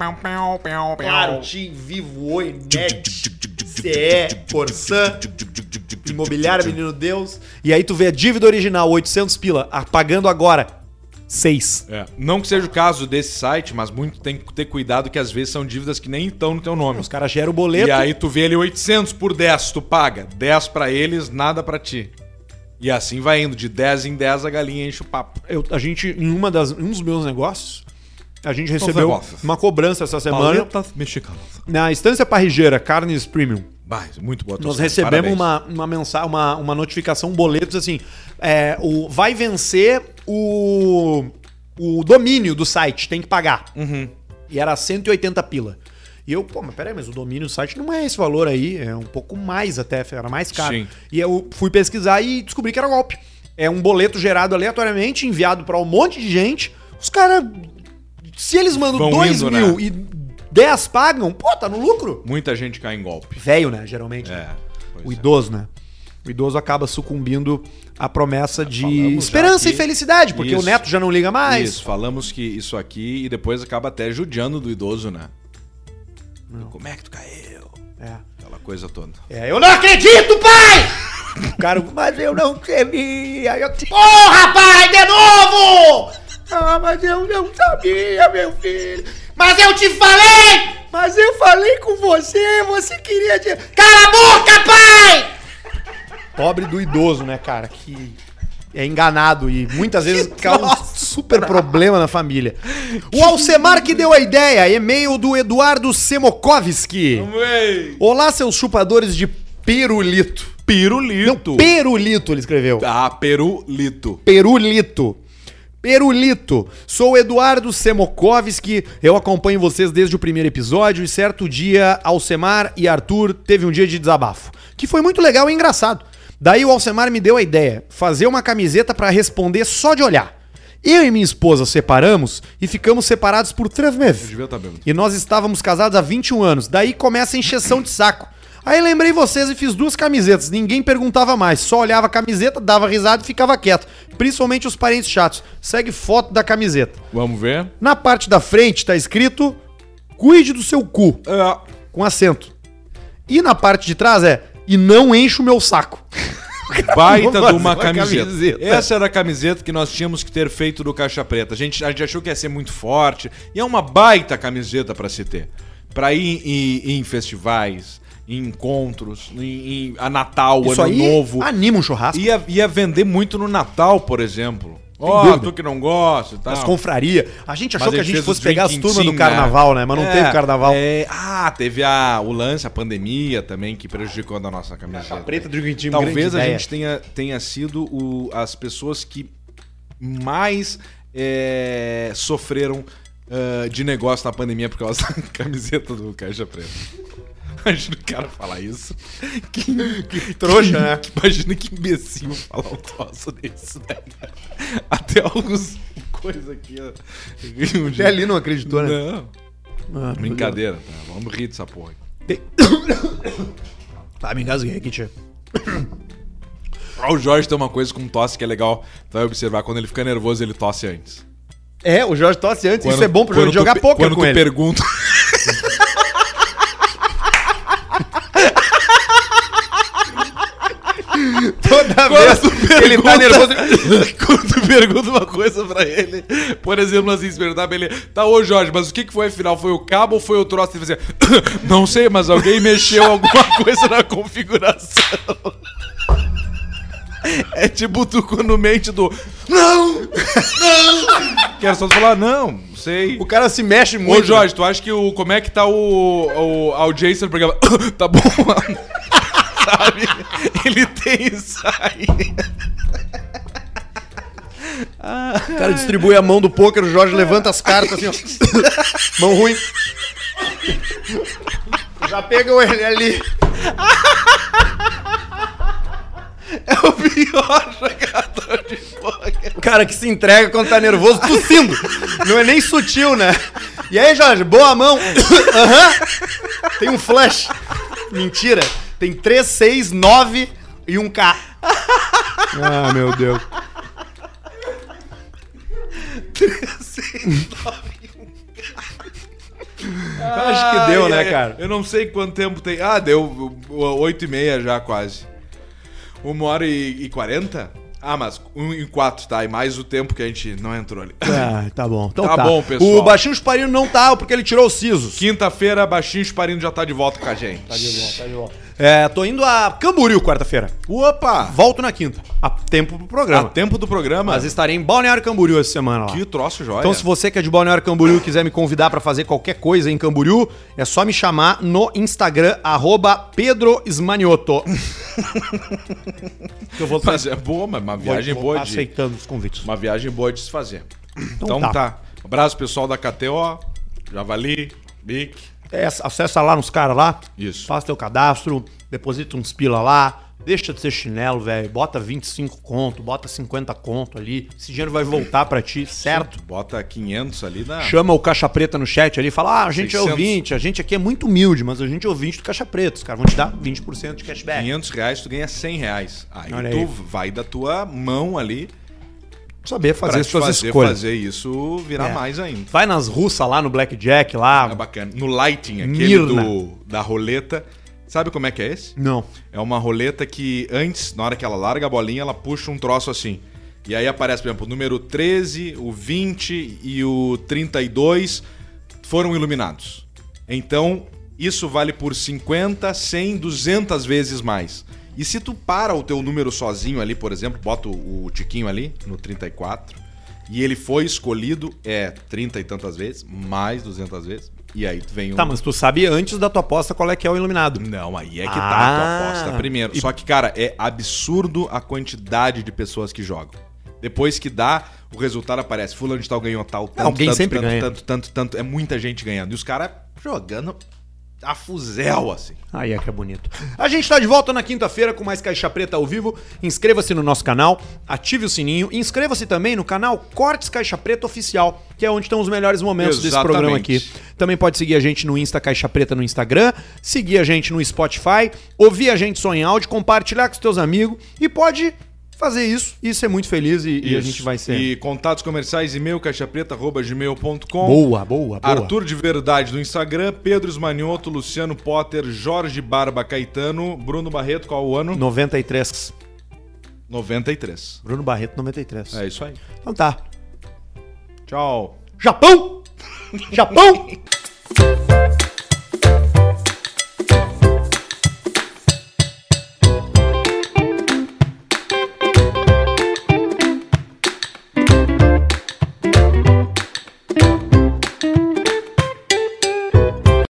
Speaker 1: Claro, Vivo, Oi, Net, CE, Corsan, é Imobiliária Menino Deus. E aí tu vê a dívida original, 800 pila, ah, pagando agora 6.
Speaker 2: É, Não que seja o caso desse site, mas muito tem que ter cuidado que às vezes são dívidas que nem estão no teu nome.
Speaker 1: Os caras geram o boleto.
Speaker 2: E aí tu vê ele 800 por 10, tu paga 10 pra eles, nada pra ti. E assim vai indo, de 10 em 10 a galinha enche o papo.
Speaker 1: eu- a gente, em uma das, em um dos meus negócios, a gente recebeu
Speaker 2: negócios.
Speaker 1: uma cobrança essa semana
Speaker 2: tá mexicana.
Speaker 1: na Estância Parrigeira, Carnes Premium.
Speaker 2: Vai, muito boa
Speaker 1: Nós
Speaker 2: torcida,
Speaker 1: recebemos
Speaker 2: parabéns.
Speaker 1: uma, uma mensagem, uma, uma notificação, um boleto assim, é, o, vai vencer o, o domínio do site, tem que pagar.
Speaker 2: Uhum.
Speaker 1: E era 180 pila. E eu, pô, mas peraí, mas o domínio do site não é esse valor aí, é um pouco mais até, era mais caro.
Speaker 2: Sim.
Speaker 1: E eu fui pesquisar e descobri que era golpe. É um boleto gerado aleatoriamente, enviado pra um monte de gente. Os caras, se eles mandam
Speaker 2: Vão
Speaker 1: 2
Speaker 2: indo, né?
Speaker 1: mil e 10 pagam, pô, tá no lucro.
Speaker 2: Muita gente cai em golpe.
Speaker 1: Velho, né, geralmente.
Speaker 2: É. pois
Speaker 1: O
Speaker 2: é.
Speaker 1: idoso, né? O idoso acaba sucumbindo à promessa de
Speaker 2: É, falamos já
Speaker 1: esperança
Speaker 2: aqui.
Speaker 1: e felicidade, porque
Speaker 2: Isso.
Speaker 1: o neto já não liga mais.
Speaker 2: Isso, falamos que isso aqui e depois acaba até judiando do idoso, né? Como é que tu caiu?
Speaker 1: É.
Speaker 2: Aquela coisa toda.
Speaker 1: É, eu não acredito, pai! O cara, mas eu não queria. Eu... Porra, pai, de novo! Ah, mas eu não sabia, meu filho. Mas eu te falei! Mas eu falei com você, você queria. De... Cala a boca, pai! Pobre do idoso, né, cara? Que é enganado e muitas vezes causa um super problema na família. O Alcemar que deu a ideia, e-mail do Eduardo Semokovski. Olá, seus chupadores de pirulito.
Speaker 2: Pirulito.
Speaker 1: Perulito, ele escreveu.
Speaker 2: Ah, perulito.
Speaker 1: Perulito. Perulito, sou o Eduardo Semokovski, eu acompanho vocês desde o primeiro episódio e certo dia Alcemar e Arthur teve um dia de desabafo, que foi muito legal e engraçado. Daí o Alcemar me deu a ideia, fazer uma camiseta pra responder só de olhar. Eu e minha esposa separamos e ficamos separados por três meses.
Speaker 2: Devia tá bêbado.
Speaker 1: E nós estávamos casados há 21 anos. Daí começa a encheção de saco. Aí lembrei vocês e fiz duas camisetas. Ninguém perguntava mais. Só olhava a camiseta, dava risada e ficava quieto. Principalmente os parentes chatos. Segue foto da camiseta.
Speaker 2: Vamos ver.
Speaker 1: Na parte da frente tá escrito: Cuide do seu cu.
Speaker 2: Ah,
Speaker 1: Com acento. E na parte de trás é: E não enche o meu saco.
Speaker 2: baita
Speaker 1: Vamos
Speaker 2: de uma
Speaker 1: fazer uma
Speaker 2: camiseta.
Speaker 1: camiseta.
Speaker 2: Essa era a camiseta que nós tínhamos que ter feito do Caixa Preta. A gente, a gente achou que ia ser muito forte. E é uma baita camiseta pra se ter. Pra ir em, em festivais, em encontros, em, em- a Natal,
Speaker 1: Isso
Speaker 2: Ano
Speaker 1: aí
Speaker 2: Novo.
Speaker 1: anima um churrasco.
Speaker 2: Ia, ia vender muito no Natal, por exemplo. Ó,
Speaker 1: dúvida.
Speaker 2: tu que não gosta e tal.
Speaker 1: As confraria. A gente achou
Speaker 2: Ah. Mas
Speaker 1: que a
Speaker 2: ele
Speaker 1: gente
Speaker 2: fez
Speaker 1: fosse
Speaker 2: os
Speaker 1: pegar as turmas do
Speaker 2: drinking,
Speaker 1: carnaval, né? Mas não
Speaker 2: É,
Speaker 1: teve carnaval.
Speaker 2: é, ah, teve a, o lance, a pandemia também, que prejudicou a nossa camiseta.
Speaker 1: Drinking Team,
Speaker 2: Talvez
Speaker 1: grande
Speaker 2: a
Speaker 1: ideia.
Speaker 2: gente tenha, tenha sido o- as pessoas que mais é, sofreram ah, de negócio na pandemia por causa da camiseta do Caixa Preta. Imagina o cara falar isso. Que, que
Speaker 1: trouxa, né?
Speaker 2: Imagina que imbecil falar um troço desse, né? Até alguns coisa aqui, ó. Um
Speaker 1: Até ali não acreditou, né? Ah,
Speaker 2: Não. Brincadeira, tá? Vamos rir dessa porra. aqui. Ah,
Speaker 1: Tá, me engasguei aqui, tia.
Speaker 2: Ó, O Jorge tem uma coisa com tosse que é legal. Tu vai observar, quando ele fica nervoso, ele tosse antes.
Speaker 1: É, o Jorge tosse antes.
Speaker 2: Quando-
Speaker 1: Isso é bom pro Jorge
Speaker 2: quando tu
Speaker 1: jogar
Speaker 2: pe-
Speaker 1: poker
Speaker 2: quando
Speaker 1: com
Speaker 2: tu
Speaker 1: ele.
Speaker 2: pergunta.
Speaker 1: Toda
Speaker 2: Quando
Speaker 1: vez
Speaker 2: tu
Speaker 1: que ele tá nervoso.
Speaker 2: quando tu pergunta uma coisa pra ele, por exemplo, assim, se perguntar pra ele, tá, ô Jorge, mas o que que foi afinal? Foi o cabo ou foi o troço? Ele vai dizer, não sei, mas alguém mexeu alguma coisa na configuração. É tipo tu quando mente do, não, não. Quero só tu falar, não, não sei.
Speaker 1: O cara se mexe
Speaker 2: Ô
Speaker 1: muito.
Speaker 2: Jorge, tu acha que o. Como é que tá o. o a audiência do programa? tá bom, mano. Sabe? Ele tem isso aí.
Speaker 1: O cara distribui a mão do poker, o Jorge levanta as cartas assim, ó. mão ruim. Já pegam ele ali.
Speaker 2: É Pior jogador de poker.
Speaker 1: O cara que se entrega quando tá nervoso, tossindo. Não é nem sutil, né? E aí, Jorge, boa mão. Aham. Tem um flash. Mentira. Tem 3, 6, 9 e um K. Ah, meu Deus. 3, 6, 9 e um K. Acho que deu,
Speaker 2: Ai,
Speaker 1: né,
Speaker 2: ai,
Speaker 1: cara?
Speaker 2: Eu não sei quanto tempo tem. Ah, deu oito e meia já quase. Uma hora e e quarenta? Ah, mas um e quatro, tá? E mais o tempo que a gente não entrou ali.
Speaker 1: Ah, tá bom. Então
Speaker 2: Tá
Speaker 1: tá.
Speaker 2: bom, pessoal.
Speaker 1: O Baixinho Chuparino não tá, porque ele tirou os sisos.
Speaker 2: Quinta-feira, Baixinho Chuparindo já tá de volta com a gente.
Speaker 1: É, tô indo a Camboriú quarta-feira.
Speaker 2: Opa!
Speaker 1: Volto na quinta. Há tempo pro
Speaker 2: Há
Speaker 1: programa.
Speaker 2: tempo do programa.
Speaker 1: Mas estarei em Balneário Camboriú essa semana lá.
Speaker 2: Que troço joia.
Speaker 1: Então, se você que é de Balneário Camboriú e quiser me convidar pra fazer qualquer coisa em Camboriú, é só me chamar no Instagram, arroba Pedro Smanioto.
Speaker 2: Eu vou mas é boa, mas uma viagem
Speaker 1: Vou
Speaker 2: boa de.
Speaker 1: Aceitando os convites.
Speaker 2: Uma viagem boa de se fazer. Então,
Speaker 1: tá.
Speaker 2: tá. Abraço pessoal da KTO, Javali, Bic.
Speaker 1: É, acessa lá nos caras lá.
Speaker 2: Isso.
Speaker 1: Faz teu cadastro, deposita uns pila lá, deixa de ser chinelo, velho. Bota 25 conto, bota 50 conto ali. Esse dinheiro vai voltar pra ti, certo?
Speaker 2: Bota 500 ali na.
Speaker 1: Chama o Caixa Preta no chat ali e fala: Ah, a gente
Speaker 2: 600.
Speaker 1: é ouvinte, a gente aqui é muito humilde, mas a gente é ouvinte do Caixa Preta. Os caras vão te dar 20% de cashback.
Speaker 2: 500 reais, tu ganha 100 reais. Aí
Speaker 1: Olha
Speaker 2: tu
Speaker 1: aí.
Speaker 2: vai da tua mão ali
Speaker 1: Saber
Speaker 2: pra
Speaker 1: fazer
Speaker 2: te
Speaker 1: suas
Speaker 2: fazer,
Speaker 1: escolhas.
Speaker 2: fazer isso virar
Speaker 1: É.
Speaker 2: mais ainda.
Speaker 1: Vai nas russas lá no Blackjack
Speaker 2: É
Speaker 1: lá.
Speaker 2: bacana. No lighting, aquele
Speaker 1: Mirna.
Speaker 2: do, da roleta. Sabe como é que é esse?
Speaker 1: Não.
Speaker 2: É uma roleta que antes, na hora que ela larga a bolinha, ela puxa um troço assim. E aí aparece, por exemplo, o número 13, o 20 e o 32 foram iluminados. Então, isso vale por 50, 100, 200 vezes mais. E se tu para o teu número sozinho ali, por exemplo, bota o, o tiquinho ali no 34, E ele foi escolhido, é, 30 e tantas vezes, mais 200 vezes. E aí vem um o.
Speaker 1: Tá, mas tu sabe antes da tua aposta qual é que é o iluminado.
Speaker 2: Não, aí é que tá a
Speaker 1: Ah.
Speaker 2: tua aposta primeiro. Só que, cara, é absurdo a quantidade de pessoas que jogam. Depois que dá, o resultado aparece. Fulano de tal ganhou tal, tanto,
Speaker 1: alguém
Speaker 2: tanto,
Speaker 1: sempre
Speaker 2: tanto,
Speaker 1: ganha.
Speaker 2: tanto, tanto, tanto. É muita gente ganhando. E os caras jogando a fuzel, assim.
Speaker 1: Aí é que é bonito. A gente tá de volta na quinta-feira com mais Caixa Preta ao vivo. Inscreva-se no nosso canal, ative o sininho. e Inscreva-se também no canal Cortes Caixa Preta Oficial, que é onde estão os melhores momentos desse
Speaker 2: Exatamente.
Speaker 1: programa aqui. Também pode seguir a gente no Insta Caixa Preta no Instagram, seguir a gente no Spotify, ouvir a gente só em áudio, compartilhar com os teus amigos e pode fazer isso e ser muito feliz e, e a
Speaker 2: Isso.
Speaker 1: gente vai ser.
Speaker 2: E contatos comerciais, e-mail, caixapreta.gmail.com.
Speaker 1: Boa, boa, boa.
Speaker 2: Arthur de Verdade no Instagram, Pedro Esmanioto, Luciano Potter, Jorge Barba Caetano, Bruno Barreto, qual o ano?
Speaker 1: 93.
Speaker 2: 93.
Speaker 1: Bruno Barreto 93.
Speaker 2: É isso aí.
Speaker 1: Então tá.
Speaker 2: Tchau.
Speaker 1: Japão! Japão!